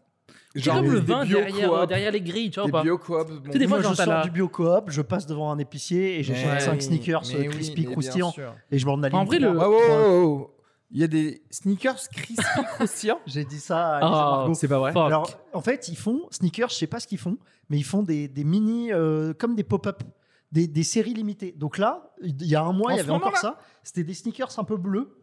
B: C'est
A: genre
B: comme le
A: des
B: vin
A: bio
B: derrière,
A: coop,
B: euh, derrière les grilles, tu vois.
A: des
B: ou pas
A: bio coop, bon,
B: Tu sais, des fois,
C: Moi,
B: genre,
C: je
B: t'as
C: sors
B: la-
C: du biocoop, je passe devant un épicier et j'achète
A: mais-
C: 5 sneakers euh,
A: mais oui,
C: crispy
B: euh,
A: mais bien
C: croustillants
A: sûr.
C: et je m'en aligne.
B: En vrai,
C: bien.
B: le-
A: Ouais, ouais, ouais, ouais, ouais. Il y a des sneakers crispy croustillants.
C: J'ai dit ça à Elisa
B: Ah,
C: Margot.
A: C'est pas vrai.
B: fuck.
C: Alors, en fait, ils font sneakers, je sais pas ce qu'ils font, mais ils font des, des mini, euh, comme des pop-up, des, des séries limitées. Donc là, il y a un mois,
A: En
C: il y
A: ce
C: avait encore
A: moment-là
C: ça. C'était des sneakers un peu bleus.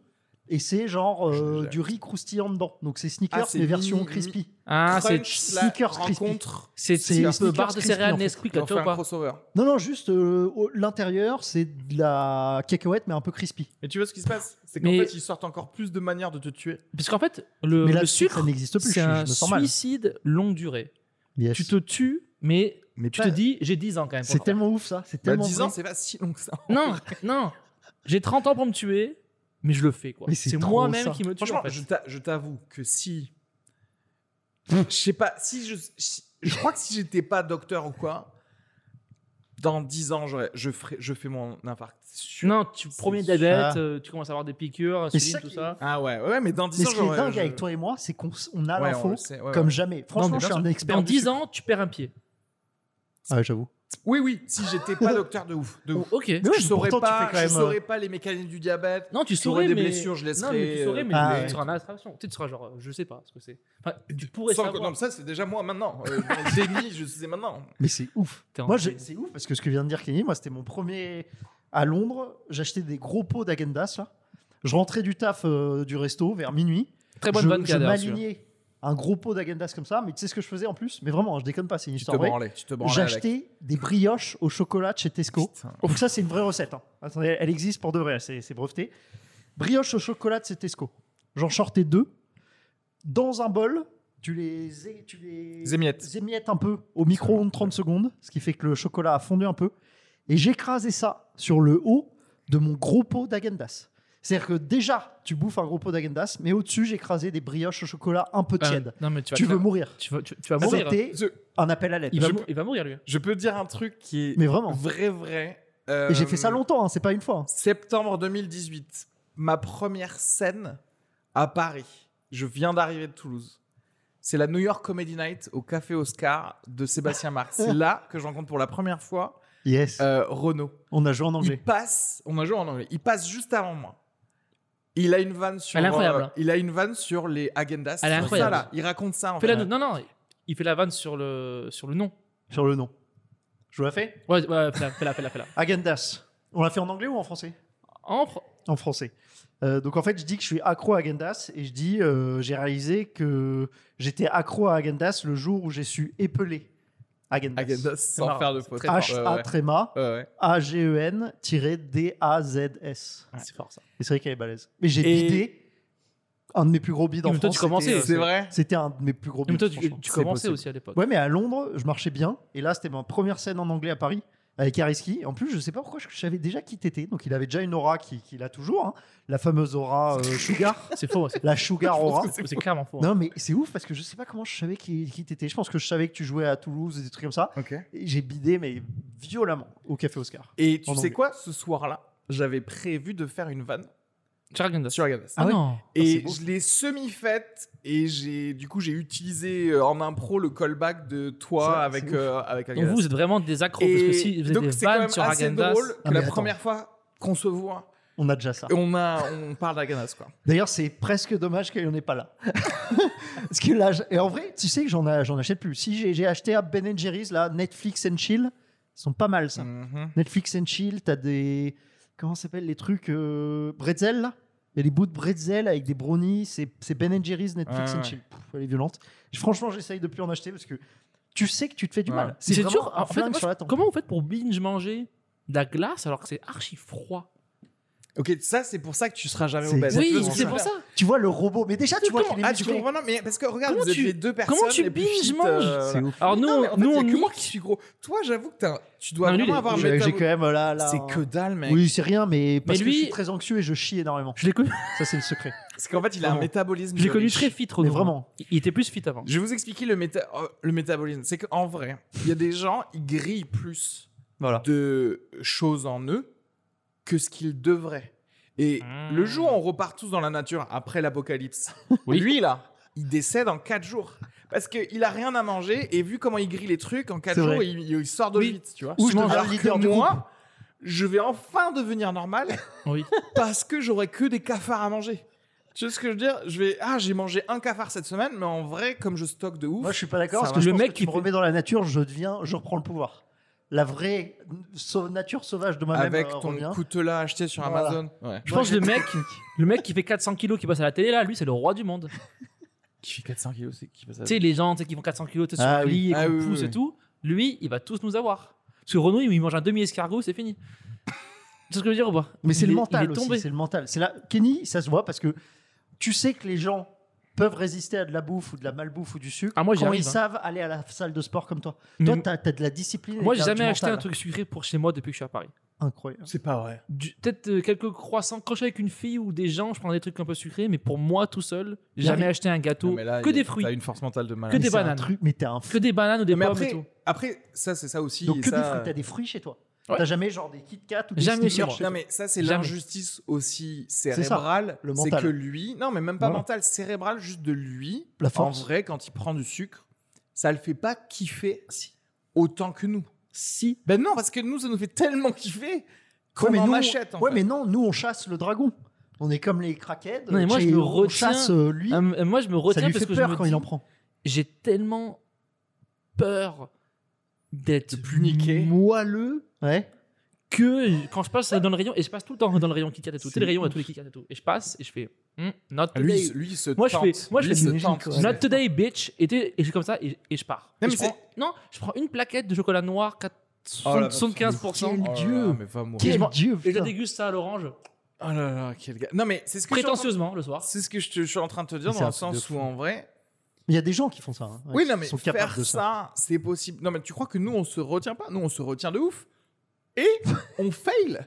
C: Et c'est genre euh,
A: Je- je-
C: du riz croustillant dedans. Donc c'est sneakers,
A: Ah, c'est
C: mais version
A: mini-
C: crispy.
B: Ah, c'est
A: Crunch, la
C: sneakers crispy.
A: rencontre.
B: c'est
C: c'est
B: c'est un peu
C: sneakers
B: barre de
C: crispy,
B: céréales
C: en fait.
B: Nesquik là,
A: On
B: tu
A: fait
B: vois ou
A: un
B: pas
A: crossover.
C: Non, non, juste euh, au- l'intérieur, c'est de la cacahuète, mais un peu crispy.
A: Et tu vois ce qui se passe C'est qu'en
B: Mais-
A: fait, ils sortent encore plus de manières de te tuer.
B: Parce qu'en fait, le,
C: mais
B: Euh, le
C: là, ça
B: sucre,
C: n'existe plus. Je,
B: c'est
C: je
B: un
C: me sens mal.
B: suicide longue durée.
C: Yes.
B: Tu te tues, mais
A: Mais
B: tu te dis, j'ai 10 ans quand même. pour le
C: C'est
B: faire.
C: tellement ouf ça. C'est
A: Bah,
C: tellement
A: 10 ans,
C: vrai.
A: c'est pas si long que ça.
B: Non, non. J'ai 30 ans pour me tuer, mais je le fais quoi.
C: Mais c'est
B: C'est
C: trop ça.
B: moi-même qui me tue.
A: Franchement,
B: en fait.
A: je t'a- je t'avoue que si. Je sais pas, si je. si- je crois que si j'étais pas docteur ou quoi, dans 10 ans, j'aurais- je, ferai, je fais mon infarct. c'est sûr.
B: Non, tu
A: C'est
B: premier
A: ça.
B: diabète, euh, tu commences à avoir des piqûres, insuline,
C: ça
B: tout
C: qui-
B: ça.
A: Ah ouais, ouais, mais dans 10
C: Mais
A: ans,
C: ce qui est
A: j'aurais-
C: dingue
A: je-
C: avec toi et moi, c'est qu'on s- on a
A: Ouais, on
C: l'info
A: le sait, ouais,
C: comme
A: ouais.
C: jamais.
B: Non,
C: Franchement,
B: mais
C: je suis
B: bien
C: un expert.
B: En
C: du
B: 10
C: sucre.
B: ans, tu perds un pied.
C: Ah, j'avoue.
A: Oui, oui, si j'étais pas docteur de ouf. De ouf.
B: Ok.
C: Mais ouais,
A: je saurais
C: pourtant, tu
A: pas,
C: fais quand
A: je
C: même, euh,
A: saurais pas les mécanismes du diabète.
B: Non, tu
A: J'aurais
B: saurais,
A: des
B: mais...
A: blessures, je laisserais,
B: Non, mais tu saurais,
A: euh,
B: mais
C: Ah
B: tu
C: ouais.
B: seras en attraction. Tu sais, tu seras genre, euh, je sais pas ce que c'est. Enfin, tu pourrais
A: Sans-
B: savoir.
A: non, mais ça, c'est déjà moi maintenant. Euh, dans le déni, je sais maintenant.
C: Mais c'est ouf.
B: T'es en-
C: Moi, j'ai- c'est ouf parce que ce que vient de dire Kenny, moi, c'était mon premier à Londres. J'achetais des gros pots d'agendas là. Je rentrais du taf euh, du resto vers minuit.
B: Très bonne
C: je
B: vanne
C: je
B: qu'il y a derrière, celui-là.
C: m'alignais un gros pot d'agendas comme ça. Mais tu sais ce que je faisais en plus Mais vraiment, hein, je déconne pas, c'est une
A: Tu te
C: histoire vraie.
A: branlais, tu te branlais. avec.
C: J'achetais des brioches au chocolat de chez Tesco.
A: Putain.
C: Donc ça, c'est une vraie recette. hein. Attendez, elle existe pour de vrai, c'est c'est breveté. Brioche au chocolat de chez Tesco. J'en sortais deux. Dans un bol, tu les, é- tu les
A: Les émiettes.
C: émiettes un peu au micro-ondes 30 secondes, ce qui fait que le chocolat a fondu un peu. Et j'écrasais ça sur le haut de mon gros pot d'agendas. C'est-à-dire que déjà, tu bouffes un gros pot d'agendas, mais au-dessus, j'écrasais des brioches au chocolat un peu
B: Euh,
C: tièdes.
B: non, mais tu vas,
C: tu
B: te-
C: veux mourir.
B: tu vas, tu- tu vas mourir.
C: C'était
A: Je-
C: un appel à l'aide.
B: Il va,
A: Je
B: mou-
A: peux-
B: il va mourir, lui.
A: Je peux dire un truc qui est
C: Mais vraiment.
A: vrai, vrai.
C: Et j'ai fait ça
A: Euh,
C: longtemps, hein, c'est pas une fois. hein.
A: Septembre 2018, ma première scène à Paris. Je viens d'arriver de Toulouse. C'est la New York Comedy Night au Café Oscar de Sébastien Marx. C'est là que je rencontre pour la première fois
C: Yes.
A: euh, Renaud.
C: On a joué en anglais.
A: Il passe, on a joué en anglais, il passe juste avant moi. Il a une vanne sur, euh,
B: Elle est incroyable, hein.
A: il a une vanne sur les agendas.
B: Elle est
A: sur
B: incroyable.
A: Ça, là. Il raconte ça en
B: Fais la...
A: fait.
B: Non, non, il fait la vanne sur le, sur le nom.
C: Sur le nom. Je vous la fais
B: Ouais, ouais, fais-la, fais-la, fais-la. fais-la.
C: Agendas. On l'a fait en anglais ou en français
B: En pro-
C: En français. Euh, donc en fait, je dis que je suis accro à Agendas et je dis, euh, j'ai réalisé que j'étais accro à Agendas le jour où j'ai su épeler Agendas.
A: Agendas sans
B: marrant,
A: faire de
B: c'est
A: faute.
B: très
A: Ouais, ouais, ouais.
C: H-A-T-R-E-M-A,
A: Ouais, ouais.
C: E A-G-E-N-D-A-Z-S.
B: Ah, C'est fort, ça.
C: Et c'est vrai qu'elle est balèze. Mais j'ai
A: Et-
C: vidé un de mes plus gros bids en
B: Mais toi, tu
C: France.
B: commençais,
C: c'était, euh,
A: C'est vrai.
C: C'était un de mes plus gros bids.
B: Mais toi, tu,
C: franchement.
B: tu
A: c'est
B: commençais
A: possible.
B: aussi à l'époque.
C: Ouais, mais à Londres, je marchais bien. Et là, c'était ma première scène en anglais à Paris avec Ariski. En plus, je sais pas pourquoi, je je savais déjà qui t'étais. Donc, il avait déjà une aura qu'il qui a toujours. hein. La fameuse aura euh, Sugar.
B: C'est faux, c'est
C: la Sugar aura.
B: c'est clairement faux. hein.
C: Non, mais c'est ouf parce que je sais pas comment je savais qui, qui t'étais. Je pense que je savais que tu jouais à Toulouse et des trucs comme ça.
A: Ok.
C: Et J'ai bidé, mais violemment, au Café Oscar.
A: Et tu
C: En
A: sais
C: anglais.
A: quoi Ce soir-là, j'avais prévu de faire une vanne
B: Charaganda.
A: sur Agendas.
B: Ah
C: ouais
B: non.
A: Et
C: c'est beau.
A: je l'ai semi-faite et j'ai du coup j'ai utilisé euh, en impro le callback de toi
C: Ça,
A: avec
C: c'est ouf.
A: euh, avec
B: Donc
A: Agendas.
B: vous, vous êtes vraiment des accros.
A: et
B: Parce que si vous êtes
A: donc
B: des
A: c'est quand
B: vannes
A: même
B: sur
A: assez
B: Agendas.
A: drôle que
C: Ah, mais
A: la
C: attends.
A: première fois qu'on se voit,
C: On a déjà ça.
A: on a on parle d'Agendas quoi.
C: D'ailleurs, c'est presque dommage qu'on n'est pas là. Parce que là, je- et en vrai, tu sais que j'en a- j'en achète plus. Si j'ai- j'ai acheté à Ben Jerry's, là, Netflix and Chill, ils sont pas mal ça.
A: Mhm.
C: Netflix and Chill, t'as des. Comment ça s'appelle les trucs euh, Bretzel, là Il y a des bouts de Bretzel avec des brownies. C'est c'est Ben Jerry's Netflix
A: Ouais,
C: and
A: ouais.
C: Chill. Pouf, elle est violente. Je- franchement, j'essaye de plus en acheter parce que tu sais que tu te fais du
A: Ouais.
C: mal.
B: C'est
C: vraiment
B: dur.
C: un
B: En fait,
C: flingue
B: moi,
C: sur la
B: je-
C: tempe.
B: comment vous faites pour binge manger de la glace alors que c'est archi froid
A: OK, ça c'est pour ça que tu seras jamais
C: C'est
A: obèse.
C: Oui,
B: Oui,
A: Tu vois ce que
B: c'est
A: je
B: pour
A: veux
B: ça.
C: Tu vois le robot. Mais déjà, tu
A: dire
C: vois qu'il est
A: Ah, tu
C: musclé.
A: comprends non, mais parce que regarde,
B: Comment
A: vous êtes
B: tu-
A: les deux personnes
B: Comment tu
A: les plus
B: binges
A: fit,
B: manges
A: euh,
C: C'est ouf.
B: Alors nous,
A: Non, mais en fait,
B: nous
A: y a
B: on
A: que
B: nique.
A: moi qui suis gros. Toi, j'avoue que t'as un- tu dois
B: Non, lui,
A: vraiment
B: il est-
A: avoir un
C: J'ai j'ai
A: métabo-
C: quand même euh, là. là
A: C'est que dalle mec.
C: Oui, c'est rien, mais parce
B: Mais
C: que je
B: lui-
C: suis très anxieux et je chie énormément.
B: Je l'ai Oh, connu,
C: Ça, c'est le secret.
A: Parce qu'en fait, il a un
B: Vraiment.
A: métabolisme.
B: je l'ai
A: de
B: connu
A: riche.
B: très fit,
C: Mais
B: Renaud.
C: vraiment.
B: Il il était plus fit avant.
A: Je vais vous expliquer le, méta- euh, le métabolisme. C'est qu'en vrai, il y a des gens, ils grillent plus
C: Voilà.
A: de choses en eux que ce qu'ils devraient. Et
C: Hmm.
B: Mmh.
A: le jour où on repart tous dans la nature après l'apocalypse,
B: Oui.
A: lui là, il décède en 4 jours. Parce qu'il a rien à manger et vu comment il grille les trucs, en 4
C: C'est
A: jours,
C: vrai.
A: il, il sort de
B: Oui.
A: vite, tu vois.
C: Ou je deviens
A: Alors
C: le leader
A: que
C: du
A: moi, je vais enfin devenir normal
B: Oui.
A: parce que j'aurai que des cafards à manger. Tu sais ce que je veux dire Je vais ah j'ai mangé un cafard cette semaine, mais en vrai comme je stocke de ouf.
C: Moi, je suis pas d'accord
A: Ça
C: parce
A: va.
C: que je
B: Le
C: pense
B: mec
C: que
B: qui
C: tu me
B: fait-
C: remets dans la nature, je deviens, je reprends le pouvoir. La vraie sau- nature sauvage de moi-même
A: avec
C: euh,
A: ton
C: revient.
A: coutelas acheté sur
C: Voilà.
A: Amazon. Ouais.
B: Je
C: Moi,
B: pense que
C: j'ai-
B: le mec, le mec qui fait 400 kilos qui passe à la télé là, lui c'est le roi du monde.
A: Qui fait 400 kilos, c'est qui passe à
B: Tu sais les gens tu sais, qui font 400 kilos tu sais, sur
C: Ah
B: un
C: oui.
B: lit et
A: Ah
B: qu'on
A: oui, oui,
B: pousse
A: oui.
B: et tout, lui il va tous nous avoir. Parce que Renaud il il mange un demi escargot c'est fini. Tu sais ce que je veux dire ou pas
C: Mais c'est
B: Il
C: le
B: est-
C: mental
B: Il est
C: aussi,
B: tombé.
C: c'est le mental. C'est là, Kenny, ça se voit parce que tu sais que les gens peuvent résister à de la bouffe ou de la malbouffe ou du sucre
B: Ah, moi, j'y
C: quand
B: arrive,
C: ils
B: hein.
C: savent aller à la salle de sport comme toi.
B: Mais-
C: Toi, t'as as de la discipline. et
B: Moi, j'ai
C: t'as du
B: jamais acheté
C: mental.
B: un truc sucré pour chez moi depuis que je suis à Paris.
C: incroyable.
A: C'est pas vrai.
B: Du- Peut-être euh, quelques croissants. Quand je suis avec une fille ou des gens, je prends des trucs un peu sucrés, mais pour moi tout seul, j'ai
C: J'arrive.
B: jamais acheté un gâteau. que des fruits,
A: T'as une force mentale de malade.
B: Que des
C: Mais c'est un
B: bananes.
C: truc- mais t'es un
B: que des bananes ou des
A: mais
B: pommes
A: après,
B: et tout.
A: après, ça c'est ça aussi.
C: Donc
A: et
C: que
A: ça,
C: des fruits, t'as des fruits chez toi.
B: Ouais.
C: T'as jamais genre des Kit Kat ou des
B: Jamais chez
C: Snickers
B: moi.
A: Non mais ça c'est
B: Jamais.
A: l'injustice aussi
C: ça,
A: cérébrale,
C: le
A: c'est
C: mental.
A: que lui, non mais même pas
C: Voilà.
A: mental, cérébrale juste de lui.
C: La
A: En
C: force.
A: vrai, quand il prend du sucre, ça le fait pas kiffer autant que nous.
C: Si.
A: Ben non, parce que nous ça nous fait tellement kiffer qu'on
C: Ouais, mais
A: en
C: nous,
A: achète. En
C: ouais,
A: fait.
C: mais non, nous on chasse le dragon. On est comme les craquettes.
B: Non, mais moi,
C: tu
B: je
C: sais,
B: le
C: on
B: retiens.
C: chasse euh, lui.
B: Ah, m- moi, je me
C: ça
B: retiens
C: lui
B: parce
C: fait
B: que je
C: peur
B: me
C: quand
B: dis,
C: il en prend.
B: j'ai tellement peur d'être
A: plus niqué.
B: moelleux
C: Ouais.
B: que quand je passe dans le rayon et je passe tout le temps dans le rayon Kit Kat et tout, tu sais,
A: C'est
B: les rayons à tous les Kit Kat et tout, et je passe et je fais hmm, not
A: Ah, lui,
B: today,
A: il- lui, il se
B: Moi, je
A: tente.
B: fais- moi, je
A: Lui,
B: fais
A: il se
C: imagine
A: tente.
C: que-
B: not today bitch, et, t'es- et je suis comme ça et, et je pars.
A: Non,
B: Et
A: mais
B: je prends- non, je prends une plaquette de chocolat noir 4,
A: Oh la vache.
B: 75%
A: Oh là là,
C: Dieu.
A: mais va mourir.
B: je
C: Quel
B: m'en-
C: dieu.
B: et je
C: putain.
B: déguste ça à l'orange
A: Oh là là, quel gars. Non mais c'est ce que je suis en train-
B: prétentieusement le soir.
A: c'est ce que je, te- je suis en train de te dire
C: Mais
A: dans le
C: c'est un truc de
A: sens où
C: fou.
A: en vrai,
C: Il y a des gens qui font ça. hein,
A: oui
C: qui
A: non mais
C: sont
A: faire
C: capables de
A: ça, c'est possible. Non mais tu crois que nous on se retient pas Nous on se retient de ouf et on fail,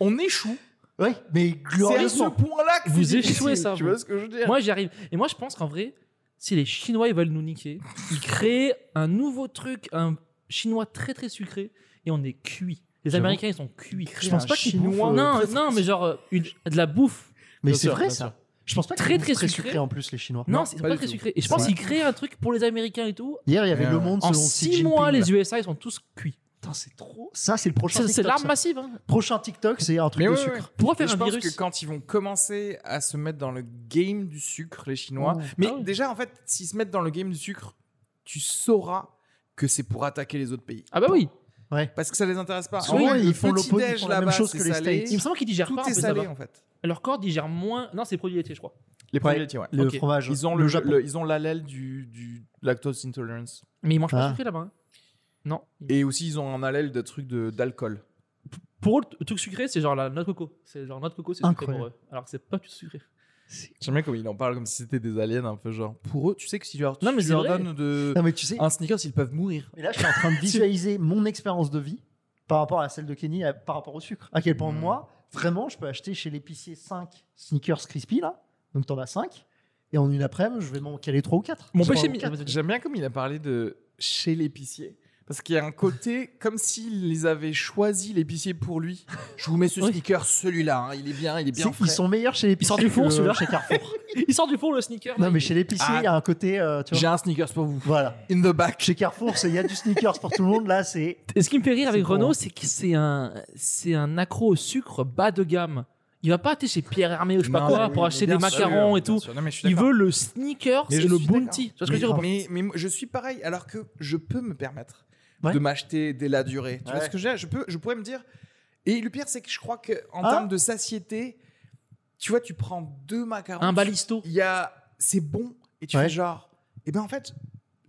A: on échoue.
C: Oui,
A: C'est à
C: mais
A: ce
C: glorieusement.
A: point-là que
B: Vous
A: c'est difficile,
B: échouez, ça,
A: Tu
B: vous.
A: vois ce que je veux dire
B: Moi, j'y arrive. Et moi, je pense qu'en vrai, si les Chinois ils veulent nous niquer, ils créent un nouveau truc, un chinois très très sucré, et on est cuit. Les
C: J'avoue.
B: Américains, ils sont cuits.
C: Je pense
A: un
C: pas qu'ils
A: Chinois.
C: bouffent, euh,
B: non,
C: très-
B: non, mais genre euh, une- de la bouffe.
C: Mais
B: Bien
C: c'est
B: sûr,
C: vrai
B: bien sûr.
C: ça. Je pense pas
B: Très,
C: qu'ils bouffent
B: très
C: très
B: sucré.
C: sucré en plus les Chinois.
B: Non,
A: Non,
B: c'est
A: pas
B: pas,
A: du
B: très
A: tout.
B: sucré. Et je
A: C'est
B: pense
A: vrai.
B: qu'ils créent un truc pour les Américains et tout.
C: Hier, il y avait
A: Euh,
C: Le Monde
B: En
C: selon Xi
B: 6
C: Jinping,
B: mois,
C: là.
B: les USA, ils sont tous cuits.
C: Putain, c'est trop. Ça, c'est le prochain
B: C'est c'est
C: TikTok.
B: l'arme
C: ça.
B: massive. hein.
C: Prochain TikTok, c'est un truc
A: Mais
C: de
A: ouais, ouais.
C: sucre.
B: Pourquoi
A: Et
B: faire
A: je
B: un
A: pense que
B: virus
A: quand ils vont commencer à se mettre dans le game du sucre, les Chinois.
C: Oh.
A: Mais
B: Ah ouais.
A: déjà, en fait, s'ils se mettent dans le game du sucre, tu sauras que c'est pour attaquer les autres pays.
B: Ah bah oui.
A: Parce que ça les intéresse pas.
B: Oui,
A: vrai,
C: ils
A: le
C: font l'opposite, ils
A: petit-déj
C: font la même
A: là-bas,
C: chose que
A: c'est
C: les
A: salé.
C: States.
B: Il me semble qu'ils digèrent
A: Tout
B: pas. en
A: est
B: plus,
A: salé, hein.
B: là-bas.
A: en fait.
B: Leur corps digère moins. Non, c'est les produits laitiers, je crois.
A: Les
C: produits
A: produits
C: Ouais.
A: laitiers, ouais.
C: Le
B: Ok.
C: fromage.
A: Ils ont
C: le,
A: le,
C: Japon.
A: le- ils ont l'allèle du, du lactose intolerance.
B: Mais ils mangent
C: Ah.
B: pas sucré là-bas. hein. Non.
A: Et aussi, ils ont un allèle de trucs de- d'alcool.
B: Pour eux, le truc sucré, c'est genre la noix de coco. C'est genre noix de coco, c'est sucré pour
C: Incroyable.
B: eux. Alors que c'est pas du tout sucré.
A: J'aime bien comme il en parle comme si c'était des aliens, un peu genre. Pour eux, tu sais que si tu leur,
B: Non, mais
A: tu
B: c'est
A: leur
B: vrai.
A: donnes de,
C: Non, mais tu sais,
B: Ah,
A: un sneakers, ils peuvent mourir.
C: mais là, je suis en train de visualiser mon expérience de vie par rapport à celle de Kenny, à- par rapport au sucre. À quel
B: Hmm.
C: point,
A: Mm.
C: moi, vraiment, je peux acheter chez l'épicier 5 sneakers crispy, là. Donc, t'en as 5. Et en une après-midi, je vais m'en caler 3 ou 4.
B: Mon péché,
A: J'aime bien comme il a parlé de chez l'épicier. Parce qu'il y a un côté comme s'il les avait choisi l'épicier pour lui. Je vous mets ce
B: Oui.
A: sneaker, celui-là, hein, il est bien, il est bien
C: Ils
A: frais.
C: sont meilleurs chez l'épicier.
B: sort du four,
C: que
B: celui-là.
C: Chez Carrefour.
B: il sort du four le sneaker.
C: non,
B: là,
C: mais
B: il-
C: chez l'épicier, il y a un côté. euh, tu
A: J'ai
C: vois,
A: un sneakers pour
B: Ah.
A: vous.
C: voilà.
A: In the back.
C: Chez Carrefour, c'est- il y a du sneakers pour tout le monde. Là, c'est.
B: Et ce qui me fait rire avec
C: C'est bon.
B: Renault, c'est que c'est un, c'est un accro au sucre bas de gamme. Il va pas acheter chez Pierre Hermé ou je sais pas
A: Non,
B: quoi
A: mais
B: pour
A: oui,
B: acheter
A: mais
B: des
A: bien sûr,
B: macarons et
A: bien
B: tout.
A: sûr. Non, mais je suis
B: Il
A: d'accord.
B: veut le sneaker
A: Mais
B: et
A: je
B: le
A: suis
B: bounty. Tu vois ce que je veux
A: mais,
B: dire ou pas
A: mais- mais moi, je suis pareil, alors que je peux me permettre
C: Ouais.
A: de m'acheter dès la durée. Tu vois
C: Ouais.
A: ce que je veux dire je, peux, je pourrais me dire. Et le pire, c'est que je crois que en
C: Hein
A: termes de satiété, tu vois, tu prends deux macarons.
B: Un balisto.
A: Il y a, c'est bon, et tu
C: Ouais.
A: fais genre, eh ben en fait,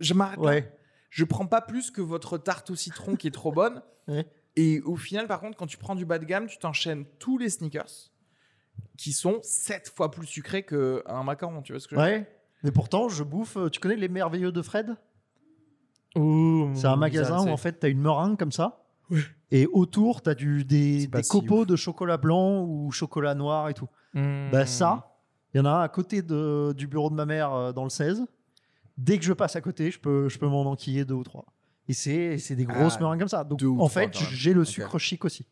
A: je m'arrête. là.
C: Ouais.
A: Je prends pas plus que votre tarte au citron qui est trop bonne.
C: Ouais.
A: Et au final, par contre, quand tu prends du bas de gamme, tu t'enchaînes tous les sneakers qui sont sept fois plus sucrés qu'un macaron. Tu vois ce que je veux dire
C: Ouais. Mais pourtant, je bouffe. euh, Tu connais les merveilleux de Fred
B: Oh,
C: C'est un magasin
B: bizarre,
C: où en fait t'as une meringue comme ça. Et autour t'as du des,
A: C'est pas
C: des
A: si
C: copeaux de chocolat blanc ou chocolat noir et tout.
B: c'est- Hmm.
C: Bah ça, il y en a un à côté de, du bureau de ma mère euh, dans le 16. Dès que je passe à côté, je peux je peux m'en enquiller deux ou trois. Et c'est c'est des grosses
A: Ah,
C: meringues comme ça. Donc
A: deux ou trois,
C: en fait
A: quand même.
C: j'ai le
A: Ok.
C: sucre chic aussi.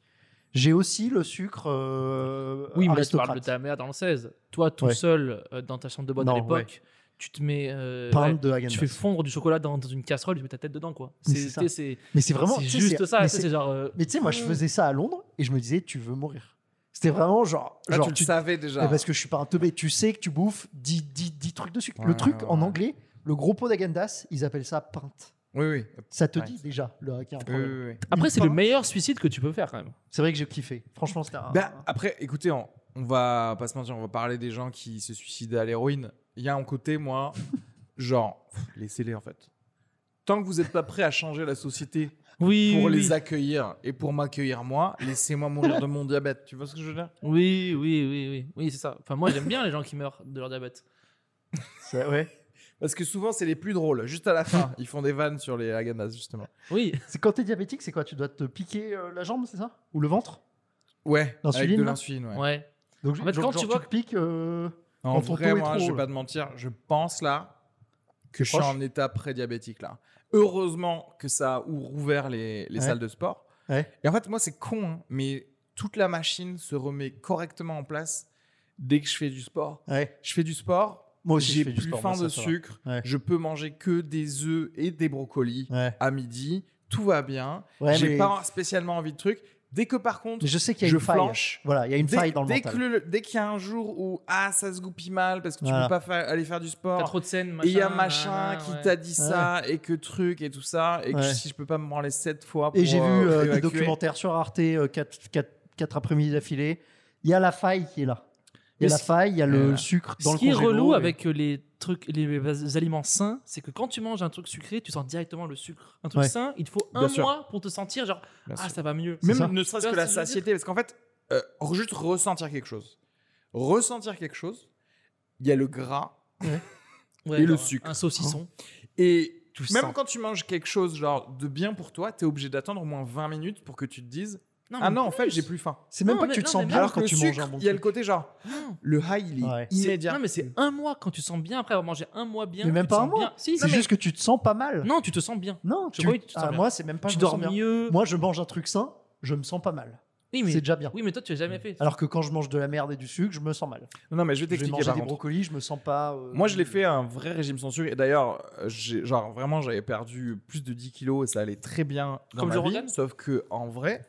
C: J'ai aussi le sucre euh,
B: Oui, mais là, tu parles de
C: aristocrate.
B: ta mère dans le 16. Toi, tout
C: Ouais.
B: seul, euh, dans ta chambre de bonne à
C: Non,
B: l'époque, tu te mets. euh,
C: Pain
B: ouais,
C: de Häagen-Dazs.
B: tu fais fondre du chocolat dans, dans une casserole, tu mets ta tête dedans, quoi.
C: Mais
B: C'est
C: c'est ça.
B: c'est- c'est-
C: Mais c'est vraiment
B: c'est
C: tu sais,
B: juste
C: c'est-
B: ça.
C: mais
B: C'est c'est genre. euh,
C: Mais tu sais, moi, je faisais ça à Londres et je me disais, tu veux mourir. C'était vraiment genre.
A: Là,
C: genre
A: Ah, tu le
C: tu-
A: savais déjà.
C: Mais parce que je suis pas un teubé, tu sais que tu bouffes 10, 10, 10 trucs de sucre.
A: Ouais,
C: le truc
A: ouais,
C: en
A: ouais.
C: anglais, le gros pot d'agendas, ils appellent ça pinte.
A: Oui, oui.
C: Ça te
A: Ouais. Euh.
C: dit déjà là, qu'il y a un
A: Oui,
C: problème.
A: oui, oui.
B: Après,
C: Une
B: c'est le
C: pinte.
B: meilleur suicide que tu peux faire quand même.
C: C'est vrai que j'ai kiffé. Franchement, c'était un.
A: Bah, après, écoutez, on, on va pas se mentir, on va parler des gens qui se suicident à l'héroïne. Il y a un côté, moi, genre, pff, laissez-les en fait. Tant que vous n'êtes pas prêt à changer la société
B: Oui.
A: pour
B: oui,
A: les
B: oui.
A: accueillir et pour m'accueillir moi, laissez-moi mourir de mon diabète. Tu vois ce que je veux dire
B: Oui, oui, oui, oui, oui, c'est ça. Enfin, moi, j'aime bien les gens qui meurent de leur diabète.
C: Ça- ouais.
A: Parce que souvent, c'est les plus drôles. Juste à la fin, ils font des vannes sur les Haganas, justement.
B: Oui,
C: C'est quand t'es diabétique, c'est quoi Tu dois te piquer euh, la jambe, c'est ça Ou le ventre
A: Ouais, avec
C: L'insuline,
A: de
C: là
A: l'insuline, ouais.
B: ouais.
C: Donc,
B: En fait,
C: genre-
B: quand
C: genre,
B: tu vois
C: te piques. euh,
A: En
C: Quand ton
A: vrai,
C: taux est
A: moi,
C: trop
A: je vais
C: haut,
A: pas te mentir, je pense là que
C: C'est
A: je suis
C: proche.
A: en état pré-diabétique là. Heureusement que ça a ou- rouvert les, les
C: Ouais.
A: salles de sport.
C: Ouais.
A: Et en fait, moi, c'est con, hein, mais toute la machine se remet correctement en place dès que je fais du sport.
C: Ouais.
A: Je fais du sport,
C: Moi aussi,
A: j'ai
C: je fais du
A: plus
C: sport,
A: faim
C: moi, ça,
A: de
C: ça va.
A: sucre,
C: Ouais.
A: je peux manger que des œufs et des brocolis
C: Ouais.
A: à midi, tout va bien,
C: Ouais,
A: j'ai
C: mais-
A: pas spécialement envie de trucs. Dès que par contre,
C: Mais je sais qu'il y a
A: je
C: une faille.
A: flanche.
C: Voilà, il y a une
A: Dès,
C: faille dans le
A: dès
C: mental.
A: que le- dès qu'il y a un jour où ah ça se goupille mal parce que tu
C: Voilà.
A: peux pas fa- aller faire du
B: T'as
A: sport
B: trop de scènes, machin.
A: et il y a machin qui
B: ouais.
A: t'a dit ça et que truc et tout ça et que
C: Ouais.
A: si je peux pas me branler sept fois pour
C: Et j'ai
A: euh,
C: vu euh, des
A: évacuer.
C: documentaires sur Arte, euh, 4, après-midi d'affilée. Il y a la faille qui est là. Il y
B: Mais
C: a la
B: ce-
C: faille, il y a
A: Euh,
C: le
A: là.
C: sucre dans
B: Ce
C: le
B: qui est
C: congélo
B: relou
C: et-
B: avec euh, les trucs, les, les aliments sains, c'est que quand tu manges un truc sucré, tu sens directement le sucre. Un truc
C: Ouais.
B: sain, il te faut
A: Bien
B: un
A: sûr.
B: mois pour te sentir genre
A: Bien
B: ah
A: sûr.
B: ça va mieux.
C: C'est ça.
A: même ne serait-ce que la
B: Tu vois ce que je veux
A: satiété parce qu'en fait euh, juste ressentir quelque chose ressentir quelque chose il y a le gras Et
B: Ouais,
A: le
B: genre,
A: sucre.
B: Un saucisson.
A: et
C: Tu
A: même
C: sens.
A: quand tu manges quelque chose genre de bien pour toi t'es obligé d'attendre au moins 20 minutes pour que tu te dises
C: Hein.
B: Non,
A: ah
B: mais
A: non en fait
B: plus.
A: j'ai plus faim
C: C'est même
B: Non,
C: pas
B: mais-
C: que tu te
B: non,
C: sens
B: mais
C: bien
A: alors que
C: quand
A: le
C: tu manges un
A: sucre
C: bon
A: il y a le
C: truc.
A: côté genre le high il est
C: Ouais.
B: C'est-
A: Mmh. immédiat
B: Non mais c'est un mois quand tu te sens bien après avoir mangé un mois bien.
C: Mais même
B: tu te
C: pas un
B: sens
C: mois.
B: bien. Si,
C: C'est
B: non, mais-
C: juste que tu te sens pas mal.
B: Non, tu te sens bien.
C: Non,
B: Je
C: tu...
B: crois que tu te sens
C: ah,
B: bien.
C: moi c'est même pas.
B: tu
C: je me
B: dors
C: sens bien.
B: mieux.
C: Moi je mange un truc sain, je me sens pas mal.
B: oui, mais
C: C'est déjà bien.
B: oui, mais toi tu as jamais fait.
C: Alors que quand je mange de la merde et du sucre, je me sens mal.
A: Non, non, mais je vais
C: J'ai mangé
A: t'expliquer par
C: des
A: contre.
C: brocolis, je me sens pas. euh,
A: Moi, je l'ai fait un vrai régime sans sucre. Et d'ailleurs, euh, j'ai- genre vraiment, j'avais perdu plus de 10 kilos et ça allait très bien dans
B: Comme
A: ma
B: Joe
A: vie.
B: Rogan
A: Sauf que en vrai,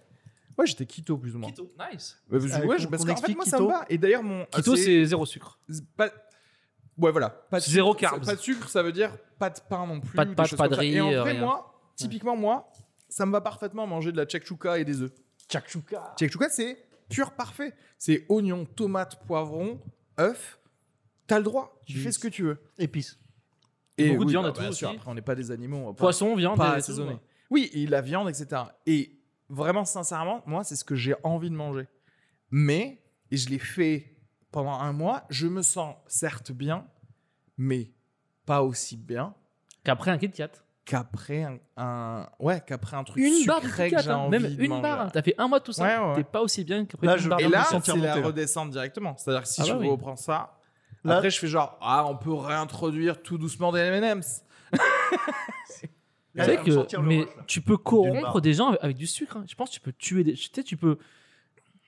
A: ouais, j'étais keto plus ou moins.
B: Keto, nice.
A: Ouais, parce que-
C: Avec-
A: ouais, je-
C: on-
A: parce
C: on
A: qu'en fait,
C: explique
A: moi, ça me
C: keto.
A: va. Et d'ailleurs, mon
B: Keto
A: ah,
B: c'est zéro sucre.
A: pas- Ouais, voilà. Pas de
B: Zéro
A: sucre,
B: carbs.
A: Pas de sucre, ça veut dire pas de pain non plus.
B: Pas de
A: des
B: pâtes,
A: choses
B: pas
A: comme
B: de
A: ça. Et en
B: riz,
A: vrai,
B: rien.
A: moi, typiquement moi, ça me va parfaitement manger de la tchakchouka et des œufs.
C: Tchakchouka.
A: Tchakchouka, c'est pur parfait. C'est oignon, tomate, poivron, œuf. T'as le droit. Tu fais
C: Yes.
A: ce que tu veux.
C: Épices.
A: Et bah
B: Beaucoup de viande à tout
A: bien sûr,
B: aussi.
A: Après, on n'est pas des animaux. on va pas-
B: Poisson, viande,
A: pas
B: et-
A: assaisonné. Oui, et la viande, etc. Et vraiment, sincèrement, moi, c'est ce que j'ai envie de manger. Mais, et je l'ai fait pendant un mois, je me sens certes bien, mais pas aussi bien
B: Qu'après un Kit Kat.
A: qu'après un, un- ouais, qu'après un truc
B: une
A: sucré
B: barre de Kit
A: que
B: Kat,
A: j'ai
B: hein.
A: envie
B: même
A: de
B: une
A: manger.
B: barre. hein. T'as fait un mois tout ça.
A: Ouais, ouais, ouais.
B: T'es pas aussi bien qu'après
C: Là,
B: une
C: je-
B: barre.
A: Et
C: Pardon,
A: là,
C: me sentir
A: c'est la
C: monter, là.
A: redescendre directement. C'est-à-dire que si
B: Ah
A: je
B: bah oui.
A: reprends ça,
C: Là-
A: après, je fais genre, ah, on peut réintroduire tout doucement des M&M's.
B: Tu sais que, mais tu peux
C: D'une barre.
B: corrompre des gens avec, avec du sucre. hein. Je pense que tu peux tuer des. Tu sais, tu peux.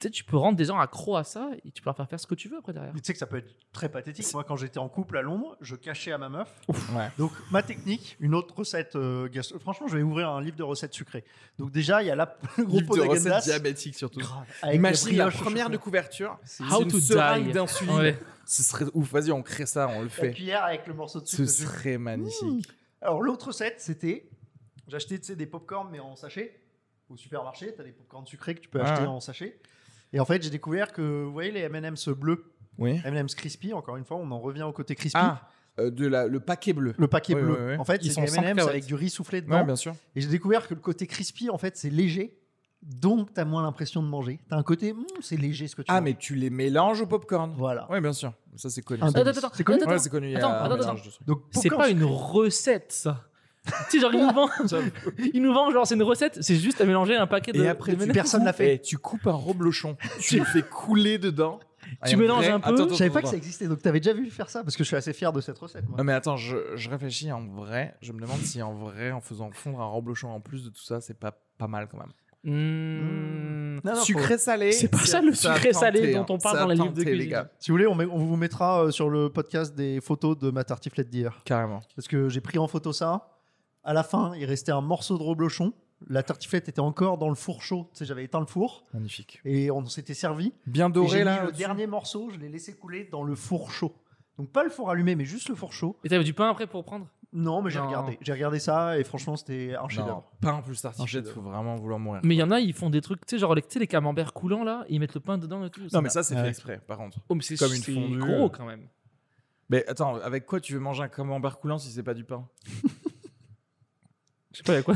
B: Tu sais, tu peux rendre des gens accros à ça et tu peux leur faire faire ce que tu veux après derrière.
C: Mais Tu sais que ça peut être très pathétique. Moi, quand j'étais en couple à Londres, je cachais à ma meuf.
A: Ouais.
C: Donc, ma technique, une autre recette. euh, gastro- Franchement, je vais ouvrir un livre de recettes sucrées. Donc, déjà, il y a la le gros
A: Livre
C: pot
A: de recettes
C: d'agendas.
A: diabétiques, surtout.
C: Grave. Avec
A: Imagine
C: des
A: la
C: brioches au
A: première de
C: chocolat.
A: couverture.
C: C'est-
B: How
A: c'est une
B: to
A: seringue
B: die.
A: d'insuline.
B: Ouais.
A: Ce serait ouf. Vas-y, on crée ça, on le
C: La
A: fait.
C: cuillère avec le morceau de
A: Ce
C: sucre. dessus.
A: serait magnifique.
C: Alors, l'autre recette, c'était. J'achetais tu sais, des popcorns, mais en sachet. Au supermarché, tu as des popcorns sucrés que tu peux
A: Ouais.
C: acheter en sachet. Et en fait, j'ai découvert que, vous voyez, les MM's bleus,
A: Oui.
C: MM's crispy, encore une fois, on en revient au côté crispy.
A: Ah, euh, de la, le paquet bleu.
C: Le paquet
A: Oui,
C: bleu.
A: oui, oui.
C: En fait,
A: Ils
C: ils
A: sont
C: sont
A: sans
C: M&M's
A: carottes.
C: avec du riz soufflé dedans.
A: Ouais, bien sûr.
C: Et j'ai découvert que le côté crispy, en fait, c'est léger. Donc, t'as moins l'impression de manger. T'as un côté, Hum, c'est léger ce que tu
A: Ah,
C: manges.
A: mais tu les mélanges au popcorn.
C: Voilà.
A: Oui, bien sûr. Ça, c'est connu.
C: Un
A: ça.
B: Attends, attends, attends.
C: C'est connu
B: Attends,
A: Ouais, c'est connu. il y a
B: Attends,
A: un
B: attends,
A: mélange de trucs.
C: Donc,
B: C'est
C: popcorn
B: pas une recette, ça. tu sais, genre, ils nous vendent. ils nous vendent, genre, c'est une recette. C'est juste à mélanger un paquet de.
A: Et après,
B: de
A: tu,
B: M&M's.
C: personne l'a fait.
A: Eh, tu coupes un reblochon, tu le fais couler dedans. Et en
B: mélanges un peu.
A: attends,
C: Je
A: attends,
C: savais pas
A: attends.
C: que
B: hein.
C: ça existait. Donc, t'avais déjà vu faire ça parce que je suis assez fier de cette recette. Moi.
A: Non, mais attends, je, je réfléchis en vrai. Je me demande si en vrai, en faisant fondre un reblochon en plus de tout ça, c'est pas, pas mal quand même.
B: Mmh.
C: Non, non, faut-
A: Sucré-salé.
B: C'est pas ça, le
A: a
B: sucré-salé
A: tenté,
B: dont on
A: hein.
B: parle
A: Ça a
B: dans les livres de
A: tenté,
B: cuisine.
A: gars.
C: Si vous voulez, on, met- on vous mettra euh, sur le podcast des photos de ma tartiflette d'hier.
A: Carrément.
C: Parce que j'ai pris en photo ça. À la fin, il restait un morceau de reblochon. la tartiflette était encore dans le four chaud. Tu sais, j'avais éteint le four
A: Magnifique.
C: et on s'était servi.
A: Bien
C: Et J'ai
A: doré
C: mis
A: là.
C: le
A: au-dessus.
C: dernier morceau, je l'ai laissé couler dans le four chaud. Donc pas le four allumé, mais juste le four chaud.
B: Et t'avais du pain après pour prendre
C: Non, mais j'ai
B: Non.
C: regardé. J'ai regardé ça et franchement, c'était un
A: Non,
C: chef-d'œuvre.
A: pain plus
C: Un
A: tartiflette,
C: chef-d'œuvre.
A: faut vraiment vouloir mourir.
B: Mais il y en a, ils font des trucs, tu sais, genre les, tu sais, les camemberts coulants là, ils mettent le pain dedans et tout.
A: Non, mais ça, c'est
C: Ouais.
A: fait exprès, par contre.
B: Oh, mais c'est
A: comme une
B: c'est
A: fondue,
B: gros
A: euh.
B: quand même.
A: Mais attends, avec quoi tu veux manger un camembert coulant si c'est pas du pain
B: Je sais pas, il y a quoi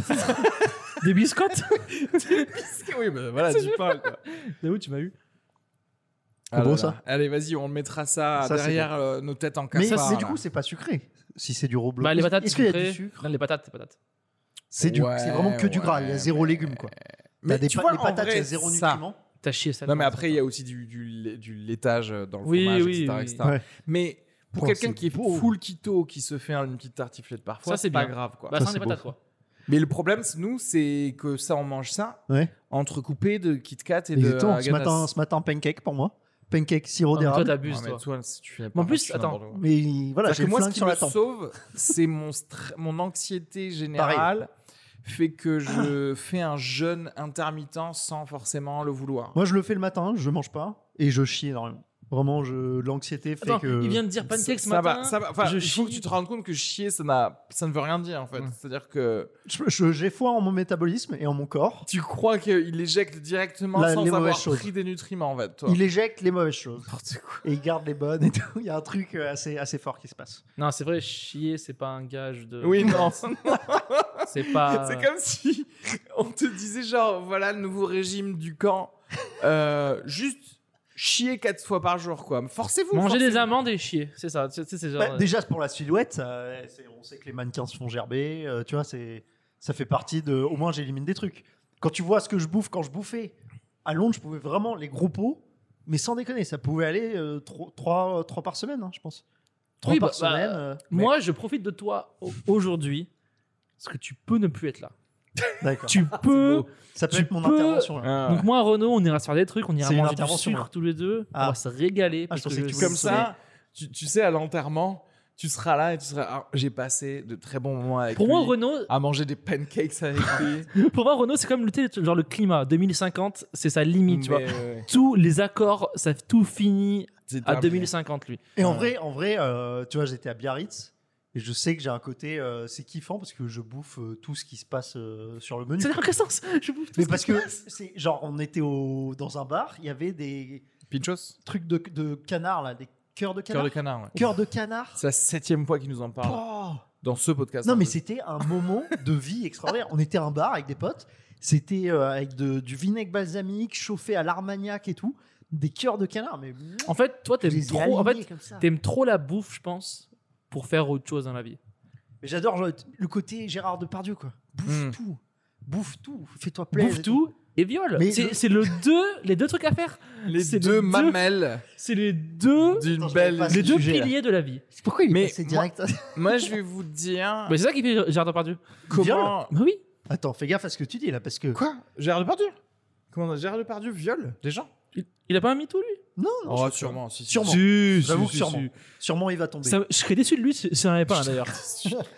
B: Des biscottes
A: Oui, bah voilà,
B: C'est
A: du pain, quoi.
B: C'est où tu m'as eu
A: Ah
C: bon,
A: là
C: ça.
A: là. Allez, vas-y, on mettra ça,
C: Ça, c'est
A: derrière euh, nos têtes en
C: Mais,
A: cassette.
C: mais du coup, c'est pas sucré. Si c'est du roblo.
B: Bah, les patates,
C: Est-ce
B: c'est
C: qu'il y a
B: sucré.
C: du sucre
B: Non, les patates, les patates.
C: C'est du.
A: Ouais,
C: c'est vraiment que du gras. Il y a
A: ouais,
C: zéro
A: mais-
C: légumes quoi.
A: mais
C: T'as des
A: tu
C: pa-
A: vois,
C: les
A: en
C: patates, il y
A: vrai,
C: a zéro
A: ça.
C: nutriments.
B: T'as chié ça.
A: Non, mais après, il y a aussi du, du, lait- du laitage euh, dans le
B: Oui,
A: fromage,
B: oui,
A: etc.
B: oui.
A: etc.
C: Ouais.
A: Mais pour
C: Oh,
A: quelqu'un
C: c'est
A: qui est
C: beau.
A: full keto, qui se fait une petite tartiflette parfois,
B: Ça, c'est
A: c'est pas
B: bien.
A: grave, quoi.
B: Bah,
C: Ça,
B: c'est des
C: c'est
B: patates,
C: beau.
B: quoi.
A: Mais le problème, c'est- nous, c'est que ça, on mange ça,
C: Ouais.
A: entrecoupé de Kit Kat et de
C: Exactement. Ce
A: Haagen-Dazs.
C: matin, ce matin, pancake pour moi. Pancake sirop
B: Non, mais toi,
C: d'érable.
A: Ah,
B: t'abuses,
A: mais
B: toi.
A: toi, si tu fais
B: Mais en
A: pas,
B: plus,
A: tu fais
B: attends.
A: n'importe quoi.
C: Mais voilà,
A: C'est-à-dire
C: j'ai
A: que moi,
C: flingue
A: ce qui
C: sur
A: me
C: la tempe.
A: sauve, c'est mon, stre- mon anxiété générale fait que je fais un jeûne intermittent sans forcément le vouloir.
C: Moi, je le fais le matin, je mange pas et je chie énormément. Vraiment, je l'anxiété fait
B: Attends,
C: que.
B: il vient de dire pancakes ce
A: ça
B: matin.
A: va, ça va. Enfin,
B: je
A: il faut que
B: chie.
A: tu te rendes compte que chier, ça, n'a- ça ne veut rien dire en fait.
C: Mm.
B: Ouais.
A: C'est-à-dire que
C: Je- je- J'ai foi en mon métabolisme et en mon corps.
A: tu crois qu'il éjecte directement
C: La-
A: sans
C: les
A: avoir
C: mauvaises choses.
A: pris des nutriments en fait. Toi.
C: Il éjecte les mauvaises choses
A: N'importe quoi.
C: et il garde les bonnes et tout. Il y a un truc euh, assez, assez fort qui se passe.
B: Non, c'est vrai, chier, c'est pas un gage de.
A: Oui, non.
B: C'est
C: Ah.
B: pas.
A: C'est comme si on te disait genre voilà le nouveau régime du camp, Euh, juste chier quatre fois par jour quoi. Forcez-vous.
B: Manger des
A: forcez-vous.
B: amandes et chier. C'est ça. tu sais, c'est genre,
C: Bah,
B: euh,
C: déjà, c'est pour la silhouette, ça, eh, c'est- on sait que les mannequins se font gerber. euh, tu vois, c'est- ça fait partie de. Au moins, j'élimine des trucs. Quand tu vois ce que je bouffe, quand je bouffais à Londres, je pouvais vraiment les gros pots, mais sans déconner, ça pouvait aller 3 trois, trois par semaine, hein, je pense. Trois
B: Oui,
C: par
B: bah,
C: semaine.
B: bah,
C: euh,
B: Moi, je profite de toi au- aujourd'hui parce que tu peux ne plus être là.
C: D'accord.
B: Tu peux.
C: Ça peut
B: tu
C: être mon
B: peux- euh,
C: intervention. là.
A: Ah.
B: Donc moi, Renaud, on ira se faire des trucs, on ira
C: C'est une
B: manger du
C: intervention,
B: sucre
C: moi.
B: tous les deux. On
C: Ah.
B: va se régaler. parce
C: pensais que tu
B: je-
C: voulais
A: comme ça, tu, tu sais, à l'enterrement, tu seras là et tu seras. Ah, J'ai passé de très bons moments avec
B: Pour moi,
A: lui,
B: Renaud,
A: à manger des pancakes avec lui.
B: pour moi, Renaud, c'est comme le, tu sais, genre le climat. 2050, c'est sa limite, tu vois.
A: Mais, euh, ouais,
B: Tous les accords, ça tout finit
A: c'est
B: à
A: terminé.
B: 2050, lui.
C: Et en
A: Ouais.
C: vrai, en vrai euh, tu vois, j'étais à Biarritz et je sais que j'ai un côté, euh, c'est kiffant parce que je bouffe euh, tout ce qui se passe euh, sur le menu.
B: C'est dans quel sens Je bouffe tout
C: Mais
B: ce
C: parce
B: qui-
C: que c'est genre, on était au, dans un bar, il y avait des
A: Pinchos
C: trucs de, de canard là, des cœurs de
A: Cœur
C: canard.
A: de canard, ouais.
C: Cœur de canard.
A: C'est la septième fois qu'il nous en parle
C: Oh
A: dans ce podcast. Hein,
C: non
A: en
C: mais
A: plus.
C: c'était un moment de vie extraordinaire. On était à un bar avec des potes, c'était euh, avec de- du vinaigre balsamique chauffé à l'armagnac et tout, des cœurs de canard. Mais
B: En fait, toi,
C: je les
B: t'aimes
C: ai
B: trop. En
C: alignés
B: fait,
C: comme ça.
B: t'aimes trop la bouffe, je pense, pour faire autre chose dans la vie.
C: Mais j'adore genre, le côté Gérard Depardieu, quoi. Bouffe
A: Mm.
C: tout. Bouffe tout. Fais-toi plaisir.
B: Bouffe tout et viol.
C: Mais
B: C'est
C: le-
B: c'est le deux, les deux trucs à faire.
A: les
B: c'est
A: deux,
B: les deux-
A: mamelles
B: C'est les deux,
A: d'une
C: Attends, je
A: belle.
C: vais pas-
B: les deux
C: sujet, là.
B: piliers de la vie.
C: Pourquoi il
A: Mais
C: est passé
A: moi-
C: direct
A: Moi, je vais vous dire
B: Mais c'est ça qui fait Gérard Depardieu.
A: comment.
B: Bah oui.
C: Attends, fais gaffe à ce que tu dis là, parce que.
A: Quoi Gérard Depardieu Comment Gérard Depardieu viole des gens
B: Il, il a pas un mytho, lui.
C: Non, non,
A: Oh,
C: je-
A: sûrement, si, si.
C: Sûrement.
B: Si,
C: J'avoue que sûrement. Sûrement, il va tomber.
B: Ça- je serais déçu de lui si si on avait pas un d'ailleurs.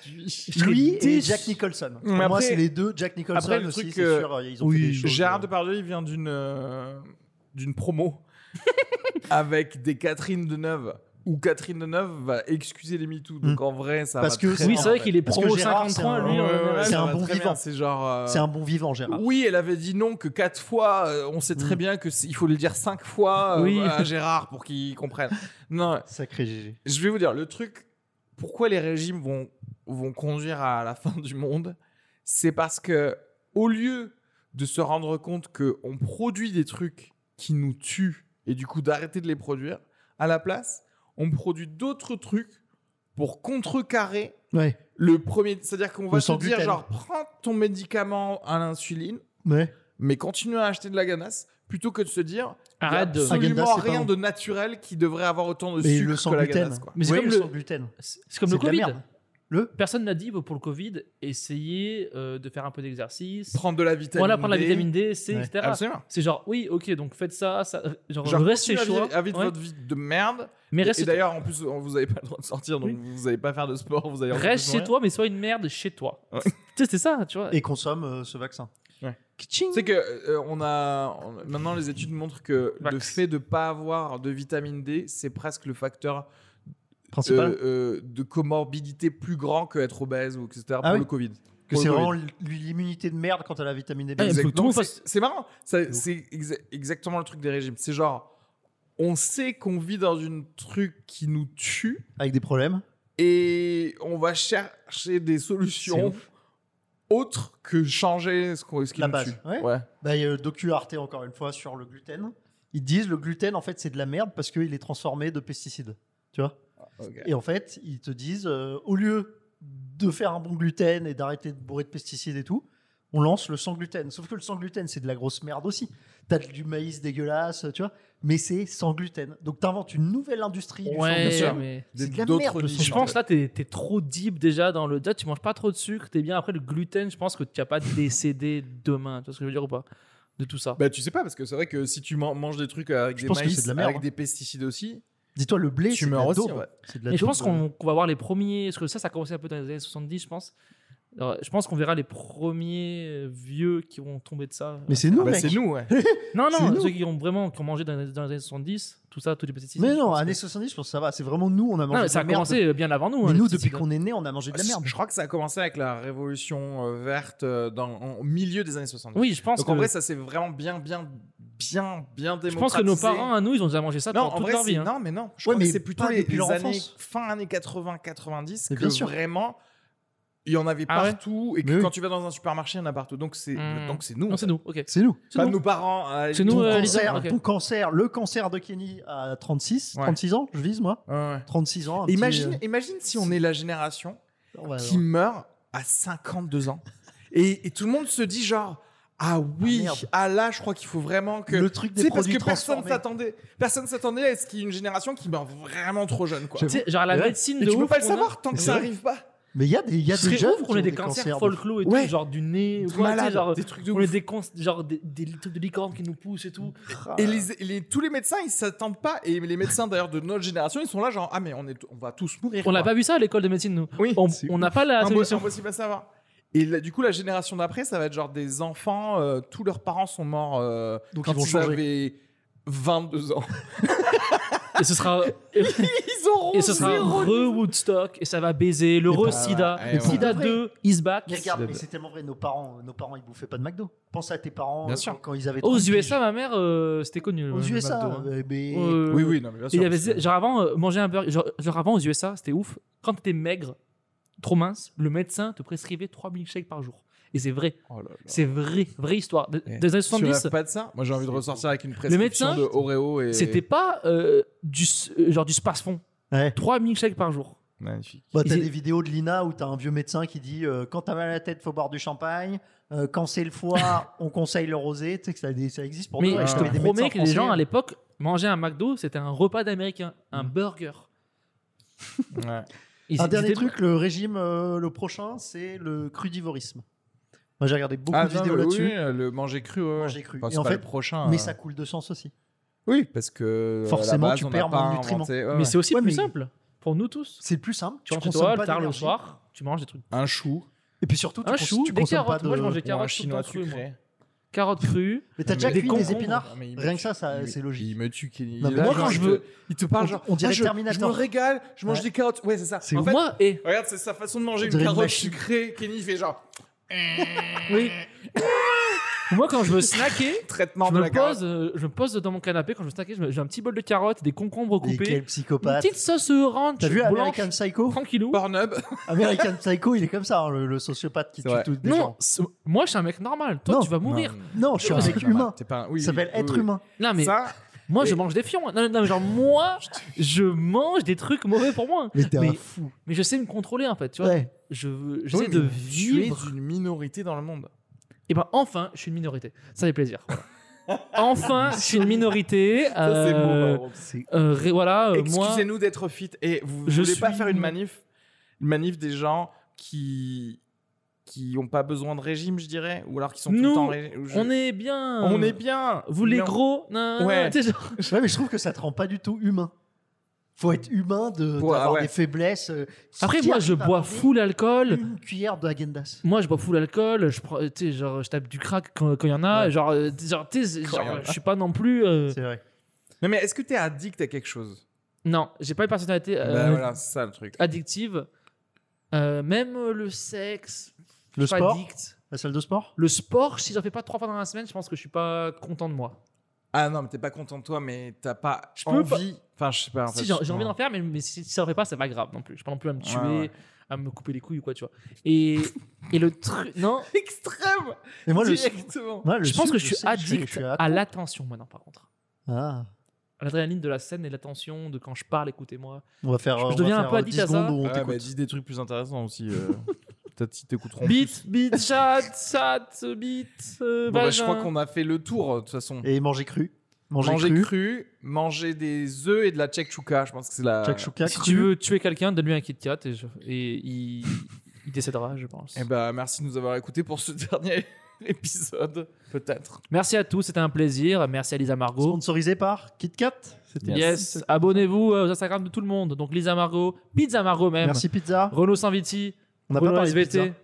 B: Je serais
C: Lui et
B: déçu.
C: Jack Nicholson. Pour
A: Mais
C: moi,
A: après-
C: c'est les deux. Jack Nicholson
A: après, le
C: aussi,
A: truc,
C: c'est
A: euh,
C: sûr. euh, Ils ont
A: Oui,
C: fait des choses.
A: Gérard
C: euh,
A: Depardieu, il vient d'une euh, d'une promo avec des Catherine Deneuve où Catherine Deneuve va excuser les MeToo. Donc en vrai, ça
C: Parce
A: va
C: que
A: très
B: Hmm. Oui,
A: bien,
B: c'est vrai
A: en
B: qu'il est
C: Parce que
B: pro
C: Gérard, c'est
B: 53,
C: un-
A: fait.
B: lui. en
A: Ouais, ouais,
B: général.
A: ouais,
C: c'est
A: ça
C: un
A: va
C: bon
A: très bien,
C: vivant.
A: C'est genre. euh,
C: C'est un bon vivant, Gérard.
A: Oui, elle avait dit non que quatre fois. euh, on sait très
C: Mm.
A: bien que c'est- il faut le dire cinq fois euh,
B: Hmm. Oui.
A: à Gérard pour qu'il comprenne. Non,
C: Sacré GG.
A: je vais vous dire, le truc, pourquoi les régimes vont, vont conduire à la fin du monde, c'est parce que au lieu de se rendre compte qu'on produit des trucs qui nous tuent et du coup d'arrêter de les produire, à la place, on produit d'autres trucs pour contrecarrer
C: Ouais.
A: le premier. C'est-à-dire qu'on va
C: Le
A: se
C: sans
A: dire,
C: gluten.
A: genre, prends ton médicament à l'insuline,
C: Ouais.
A: mais continue à acheter de la ganasse plutôt que de se dire, il y a
B: Arrête de.
C: Absolument.
A: absolument
C: Häagen-Dazs, c'est pas
A: rien
C: bon.
A: de naturel qui devrait avoir autant de
C: Mais
A: sucre
C: le sans
A: que la
C: gluten.
A: ganasse. Quoi.
B: Mais c'est
C: Ouais,
B: comme
C: le
B: le-
C: sans gluten.
B: C'est comme
C: C'est
B: le
C: de la
B: Covid. C'est comme le
C: merde. C'est de la
B: Covid.
C: merde. Le
B: Personne n'a dit bah, pour le Covid, essayez euh, de faire un peu d'exercice.
A: Prendre de la vitamine
B: Voilà, prendre la
A: D.
B: vitamine D, C,
C: Ouais. Ah,
B: etc.
A: Absolument.
B: C'est genre, oui, ok, donc faites ça, ça genre,
A: Genre,
B: reste chez
A: continuez à
B: soi.
A: vivre- à vivre
B: Ouais.
A: votre vie de merde.
B: Mais reste
A: et
B: chez toi.
A: d'ailleurs, en plus, on- vous n'avez pas le droit de sortir, donc vous n'allez pas faire de sport. Vous allez
B: Reste chez toi, mais sois une merde chez toi.
A: Ouais.
B: Tu sais, c'est ça, tu vois.
C: et consomme euh, ce vaccin.
A: C'est que euh, on a on- maintenant les études montrent que le
B: Vax.
A: fait de pas avoir de vitamine D, c'est presque le facteur euh,
C: Principal.
A: euh, de comorbidité plus grand que être obèse ou etc. pour
C: Ah oui.
A: le Covid.
C: que
A: pour
C: c'est
A: le
C: vraiment l- l'immunité de merde quand à la vitamine D.
B: Ah, il faut que
A: Exact-
B: tout le
A: non,
B: monde
A: c'est- C'est marrant. Ça- C'est exa- exactement le truc des régimes. C'est genre, on sait qu'on vit dans une truc qui nous tue
C: Avec des problèmes.
A: et on va chercher des
C: C'est
A: solutions autres que changer ce, qu'on- ce qui
C: La
A: nous
C: base,
A: tue.
C: ouais. Bah, il y a le docu Arte encore une fois sur le gluten. Ils disent le gluten en fait c'est de la merde parce qu'il est transformé de pesticides. Tu vois
A: Ok.
C: Et en fait, ils te disent, euh, au lieu de faire un bon gluten et d'arrêter de bourrer de pesticides et tout, on lance le sans gluten. Sauf que le sans gluten, c'est de la grosse merde aussi. T'as du maïs dégueulasse, tu vois, mais c'est sans gluten. Donc t'inventes une nouvelle industrie du sans
A: bien
B: Ouais,
A: sûr.
C: gluten.
B: mais.
C: C'est
A: Des-
C: de la
A: d'autres
C: merde, le
A: niches,
C: sang.
B: Je pense là, t'es es trop deep déjà dans le. Déjà, tu manges pas trop de sucre, t'es bien. Après, le gluten, je pense que tu vas pas décéder demain. Tu vois ce que je veux dire ou pas De tout ça.
A: Bah, tu sais pas, parce que c'est vrai que si tu man- manges des trucs avec des
C: pense que c'est
A: maïs,
C: de la merde,
A: avec
C: hein.
A: des pesticides aussi,
C: Dis-toi, le blé,
A: tu
C: c'est de la
A: meurs aussi. hein.
C: daube.
A: ouais.
C: C'est de la
B: Mais je
C: daube,
B: pense
C: euh.
B: qu'on qu'on va voir les premiers. Parce que ça, ça a commencé un peu dans les années 70, je pense. Alors, je pense qu'on verra les premiers euh, vieux qui vont tomber de ça.
C: Mais c'est nous,
A: Bah,
C: mec.
A: c'est nous, ouais.
B: non,
C: c'est
B: non,
C: nous.
B: ceux qui ont vraiment qui ont mangé dans, les- dans les années 70, tout ça, tous les pesticides.
C: Mais
B: je
C: non,
B: pense que-
C: années 70, je pense que ça va. C'est vraiment nous, on a mangé
B: Non, mais
C: de
B: ça
C: la
B: a
C: merde.
B: commencé bien avant nous. hein,
C: Mais
B: les
C: nous, depuis
B: pesticides.
C: qu'on est né, on a mangé de la merde.
A: Je crois que ça a commencé avec la révolution euh, verte euh, dans, au milieu des années 70.
B: hein. Oui, je pense
A: Donc
B: que.
A: en vrai, ça c'est vraiment bien, bien, bien, bien démocratisé.
B: je pense que nos parents à nous, ils ont déjà mangé ça
A: non,
B: pendant
A: en
B: toute
A: vrai,
B: leur
A: c'est-
B: vie. hein.
A: non, mais non. Je
C: Ouais,
A: crois que
C: mais
A: c'est plutôt
C: pas
A: les,
C: depuis
A: les
C: leur
A: années
C: enfance.
A: fin années 80-90
C: Mais
A: que
C: bien sûr.
A: vraiment il y en avait
B: Ah ouais
A: partout et que
C: Mais oui.
A: quand tu vas dans un supermarché, il y en a partout. Donc c'est
B: Hmm.
A: donc c'est nous.
B: Non, c'est nous. Ok.
C: C'est nous.
B: C'est
A: Pas
B: nous.
A: nos parents. à-
B: C'est nous,
A: Ouais,
C: Ton
B: euh,
C: cancer,
B: Lisa, ok.
C: ton cancer, le cancer de Kenny à 36,
A: Ouais.
C: 36 ans, je vise moi.
A: ouais.
C: 36 ans. un petit- euh,
A: Imagine,
B: euh,
A: imagine si on est la génération
C: Ouais, ouais.
A: qui meurt à 52 ans et, et tout le monde se dit genre ah oui,
C: Ah,
A: ah,
C: merde.
A: là, je crois qu'il faut vraiment que
C: le truc des
A: C'est parce
C: produits
A: que personne
C: transformés.
A: s'attendait. Personne s'attendait à ce qu'il y ait une génération qui meurt vraiment trop jeune, quoi.
B: Tu sais, genre la
C: Ouais.
B: médecine
A: Et
B: de
A: tu peux
B: ouf
A: pas le
B: qu'on a.
A: savoir tant que
C: Mais
A: ça
C: ouais.
A: arrive pas.
C: Mais il y a des, il y a
B: Ce serait
C: des jeunes
B: ouf
C: qui
B: qu'on
C: ont
B: ait des cancers folklore et tout,
A: Ouais.
B: genre du nez, ou
A: Des
B: quoi, tu sais,
A: malades,
B: genre,
A: des trucs de
B: on
A: ouf.
B: a des cons, genre des, des, trucs de licorne qui nous poussent et tout.
A: Et les, les- tous les médecins, ils s'attendent pas. Et les médecins d'ailleurs de notre génération, ils sont là genre ah mais on est, on va tous mourir.
B: On n'a
A: quoi.
B: pas vu ça à l'école de médecine, nous.
A: Oui.
B: On
C: c'est
B: on n'a pas la
A: Impo-
B: solution.
A: impossible à savoir. Et là, du coup, la génération d'après, ça va être genre des enfants. euh, tous leurs parents sont morts euh,
C: Donc
A: quand
C: ils vont
A: ils
C: changer.
A: avaient 22 ans.
B: Et ce sera, et,
A: ils auront.
B: et ce sera
A: zéro-
B: re-Woodstock, et ça va baiser, le
C: Et bah,
B: re-Sida.
A: ouais, ouais,
B: Sida
C: ouais.
B: 2, is back.
C: Mais regarde,
A: C'est-
C: mais c'est tellement vrai, nos parents, nos parents, ils bouffaient pas de McDo. Pense à tes parents
A: Bien
C: euh,
A: sûr.
C: quand, quand ils avaient.
B: Aux
C: 30 piges.
B: USA, ma mère, euh, c'était connu.
C: Aux
B: le
C: USA.
B: McDo, hein.
C: euh, mais-
B: Euh,
A: Oui oui non mais bien
B: Et
A: sûr.
B: il y avait, genre avant, euh, manger un burger. Genre, genre avant aux USA, c'était ouf. Quand t'étais maigre, trop mince, le médecin te prescrivait 3 milkshakes par jour. Et c'est vrai,
A: Oh là là.
B: c'est vrai, vraie histoire. De-
A: Eh,
B: Des années
A: Tu rêves
B: 70,
A: pas de ça Moi j'ai envie de ressortir avec une prescription
B: médecin,
A: de Oreo et
B: c'était pas euh, du, s- euh, genre du space-fond.
C: Ouais.
B: 3 milkshakes par jour.
A: magnifique.
C: Bah, t'as
B: Ils-
C: des vidéos de Lina où t'as un vieux médecin qui dit euh, quand t'as mal à la tête, faut boire du champagne. Euh, quand c'est le foie, on conseille le rosé. Tu sais que ça, des- ça existe pour
B: Mais
C: nous. ouais,
B: je
A: ouais.
C: t'avais
B: te
C: des
B: promets
C: médecins
B: que les gens
C: français.
B: à l'époque mangeaient un McDo, c'était un repas d'américain, un burger.
A: Ouais.
B: Ils-
C: Un
B: ils
C: dernier
B: étaient-
C: truc, le régime, euh, le prochain, c'est le crudivorisme. Moi, j'ai regardé beaucoup
A: Ah,
C: de
A: non,
C: vidéos
A: mais
C: là-dessus.
A: oui, euh, le manger cru, ouais, ouais.
C: Manger cru.
A: Enfin, c'est
C: Et en
A: pas
C: fait,
A: le prochain.
C: Mais
A: euh.
C: ça coule de sens aussi.
A: Oui, parce que. euh, à
C: Forcément,
A: la base,
C: tu
A: on
C: perds
A: n'a pas
C: moins de nutriments.
A: inventé- ouais,
B: Mais
A: ouais.
B: c'est aussi
C: Ouais,
B: plus
C: mais-
B: simple pour nous tous.
C: C'est le plus simple.
B: Tu
C: Tu
B: rentres chez
C: consommes
B: toi,
C: pas
B: le tard le
C: d'énergie.
B: soir, tu manges des trucs.
A: Un chou
C: Et puis surtout, tu,
B: Un
C: cons-
B: chou,
C: tu
B: des
C: consommes pas
B: carottes.
C: de.
B: Moi, je
A: ou
B: mangeais
A: un
B: carottes tout le
A: chinois
B: temps crues, moi.
A: sucré.
B: Carottes crues.
C: Mais t'as déjà
B: Des
C: cuit
B: concombres.
C: des épinards
A: Ah, mais il me
C: Rien
A: tue.
C: que ça, ça-
A: Il-
C: c'est
A: Il
C: logique.
A: me tue, Kenny.
C: Non, mais
A: Là,
C: moi,
A: genre,
C: quand
A: il
C: je
A: te-
C: veux-
A: Il te parle
C: On-
A: genre.
C: on dirait
A: ah, je, Je
C: Terminator.
A: me régale, je mange
C: Ouais.
A: des carottes. Ouais, c'est ça.
C: C'est
A: En
C: ouf.
A: fait,
B: Moi, et
A: Regarde, c'est sa façon de manger
C: On
A: une
C: dirait une
A: carotte
C: machine.
A: sucrée. Kenny, il fait genre.
B: Oui. Moi, quand je veux snacker,
A: Traitement
B: je
A: de
B: me,
A: la carotte.
B: pose, euh, je me pose dans mon canapé. Quand je veux snacker, je me- j'ai un petit bol de carottes, des concombres
C: Et
B: coupés,
C: quel
B: une
C: psychopathe.
B: petite sauce ranch
C: T'as vu
B: blanche,
C: American Psycho
B: tranquillou.
A: Pornhub.
C: American Psycho, il est comme ça, hein, le, le sociopathe qui
A: C'est
C: tue
A: vrai.
C: tous des
B: Non,
C: gens.
B: c'est- moi, je suis un mec normal. Toi,
C: Non.
B: tu vas mourir.
C: Non, je suis un mec humain. Ça s'appelle être humain.
B: Non, Ah, mais
A: Ça,
B: moi, je
A: mais-
B: mange des fions. hein. Non, non, mais genre, moi, je mange des trucs mauvais pour moi.
C: Mais t'es un
B: Mais-
C: fou.
B: Mais je sais me contrôler, en fait. Tu vois,
C: Ouais.
B: je veux-
A: oui,
B: j'essaie
A: mais
B: de
A: tu es
B: vivre.
A: une minorité dans le monde.
B: Et ben, enfin, je suis une minorité. Ça fait plaisir. Voilà. Enfin, je suis une minorité.
A: Ça, c'est beau,
B: euh,
A: par contre.
B: euh, ré- voilà, euh, moi.
A: Excusez-nous d'être fit et vous
B: Je
A: voulez pas
B: suis-
A: faire une manif une manif des gens qui qui n'ont pas besoin de régime, je dirais, ou alors qui sont tout
B: Nous,
A: le temps régime. ou je-
B: On est bien.
A: on est bien.
B: Vous les
A: Mais on-
B: gros. nan, nan,
A: Ouais.
B: tu sais, genre-
C: Ouais, mais je trouve que ça te rend pas du tout humain. Faut être humain, de,
A: Ouais,
C: d'avoir
A: ouais.
C: des faiblesses. euh,
B: ah Après,
C: qui
B: moi,
C: arrive
B: je
C: à
B: bois
C: manger
B: full alcool.
C: Une cuillère de Agendas.
B: Moi, je bois full alcool, je prends, tu sais, genre, je tape du crack quand il y en a,
C: Ouais.
B: genre, euh, tu sais, genre, tu sais,
A: Quand
B: genre,
A: y en a.
B: je suis pas non plus. euh,
C: C'est vrai.
A: Non, mais est-ce que tu es addict à quelque chose
B: Non, j'ai pas une personnalité euh,
A: Bah, Voilà, c'est ça le truc.
B: addictive. Euh, même euh, le sexe, je
C: Le
B: suis pas
C: sport,
B: addict.
C: la salle de sport.
B: Le sport, si j'en fais pas trois fois dans la semaine, je pense que je suis pas content de moi.
A: Ah non, mais t'es pas content de toi, mais t'as pas
B: Je peux pas-
A: envie. Enfin, je sais pas. en fait,
B: si j'ai j'ai envie
A: non.
B: d'en faire, mais, mais si, si j'en fais pas, c'est pas grave non plus. Je suis pas non plus à me tuer,
A: Ouais, ouais.
B: à me couper les couilles ou quoi, tu vois. Et, et le truc, non,
A: Extrême
C: Et moi, le,
A: Directement.
C: moi, le
B: je pense
C: sucre,
B: que je suis
C: sais je suis- je
B: addict
C: suis
B: à l'attention maintenant, par contre.
C: Ah.
B: À L'adrénaline de la scène et l'attention de quand je parle, écoutez-moi.
C: On va faire.
B: Je
C: on va
B: deviens un
C: faire
B: peu addict
C: 10
B: à ça.
C: secondes où on
A: Ouais,
C: t'écoute.
A: bah, dis des trucs plus intéressants aussi. euh, Peut-être si t'écouteront.
B: Bite, bite, chat, chat, bite, euh,
A: Bon, bah, je
B: vagin.
A: crois qu'on a fait le tour, de toute façon.
C: Et manger cru. Manger,
A: Manger
C: cru.
A: cru. manger des œufs et de la tchèque-chouka, je pense que c'est la...
C: Shakshuka
B: Si
C: cru.
B: tu veux tuer quelqu'un, donne-lui un Kit Kat et, je- et il... il décédera, je pense.
A: Eh ben, merci de nous avoir écoutés pour ce dernier épisode, peut-être.
B: Merci à tous, c'était un plaisir. Merci à Lisa Margot.
C: Sponsorisé par KitKat. C'était-
B: Yes, abonnez-vous euh, aux Instagram de tout le monde. Donc Lisa Margot, Pizza Margot même,
C: Merci Pizza.
B: Renaud Sanviti,
C: On n'a pas
B: Bruno
C: parlé de
B: SVT,
C: pizza.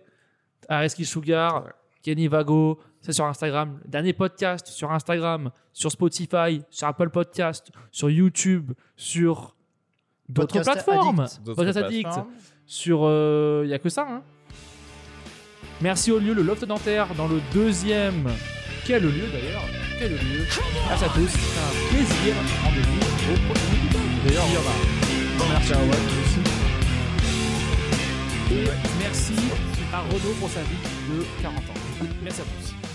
B: Areski Sugar,
A: Ouais.
B: Kenny Vago. C'est sur Instagram. Dernier podcast sur Instagram, sur Spotify, sur Apple Podcast, sur YouTube, sur d'autres
C: Podcast
B: plateformes.
C: addict.
A: D'autres
B: Podcast addict.
A: plateformes.
B: sur. Il n'y a que ça. hein. Merci au lieu, le Loft Dentaire, dans le deuxième. Quel lieu d'ailleurs Quel lieu Merci à tous, c'est un plaisir. Rendez-vous au prochain épisode.
C: D'ailleurs,
B: Au revoir. Merci à Et merci à Renaud pour sa vie de 40 ans. Merci à tous.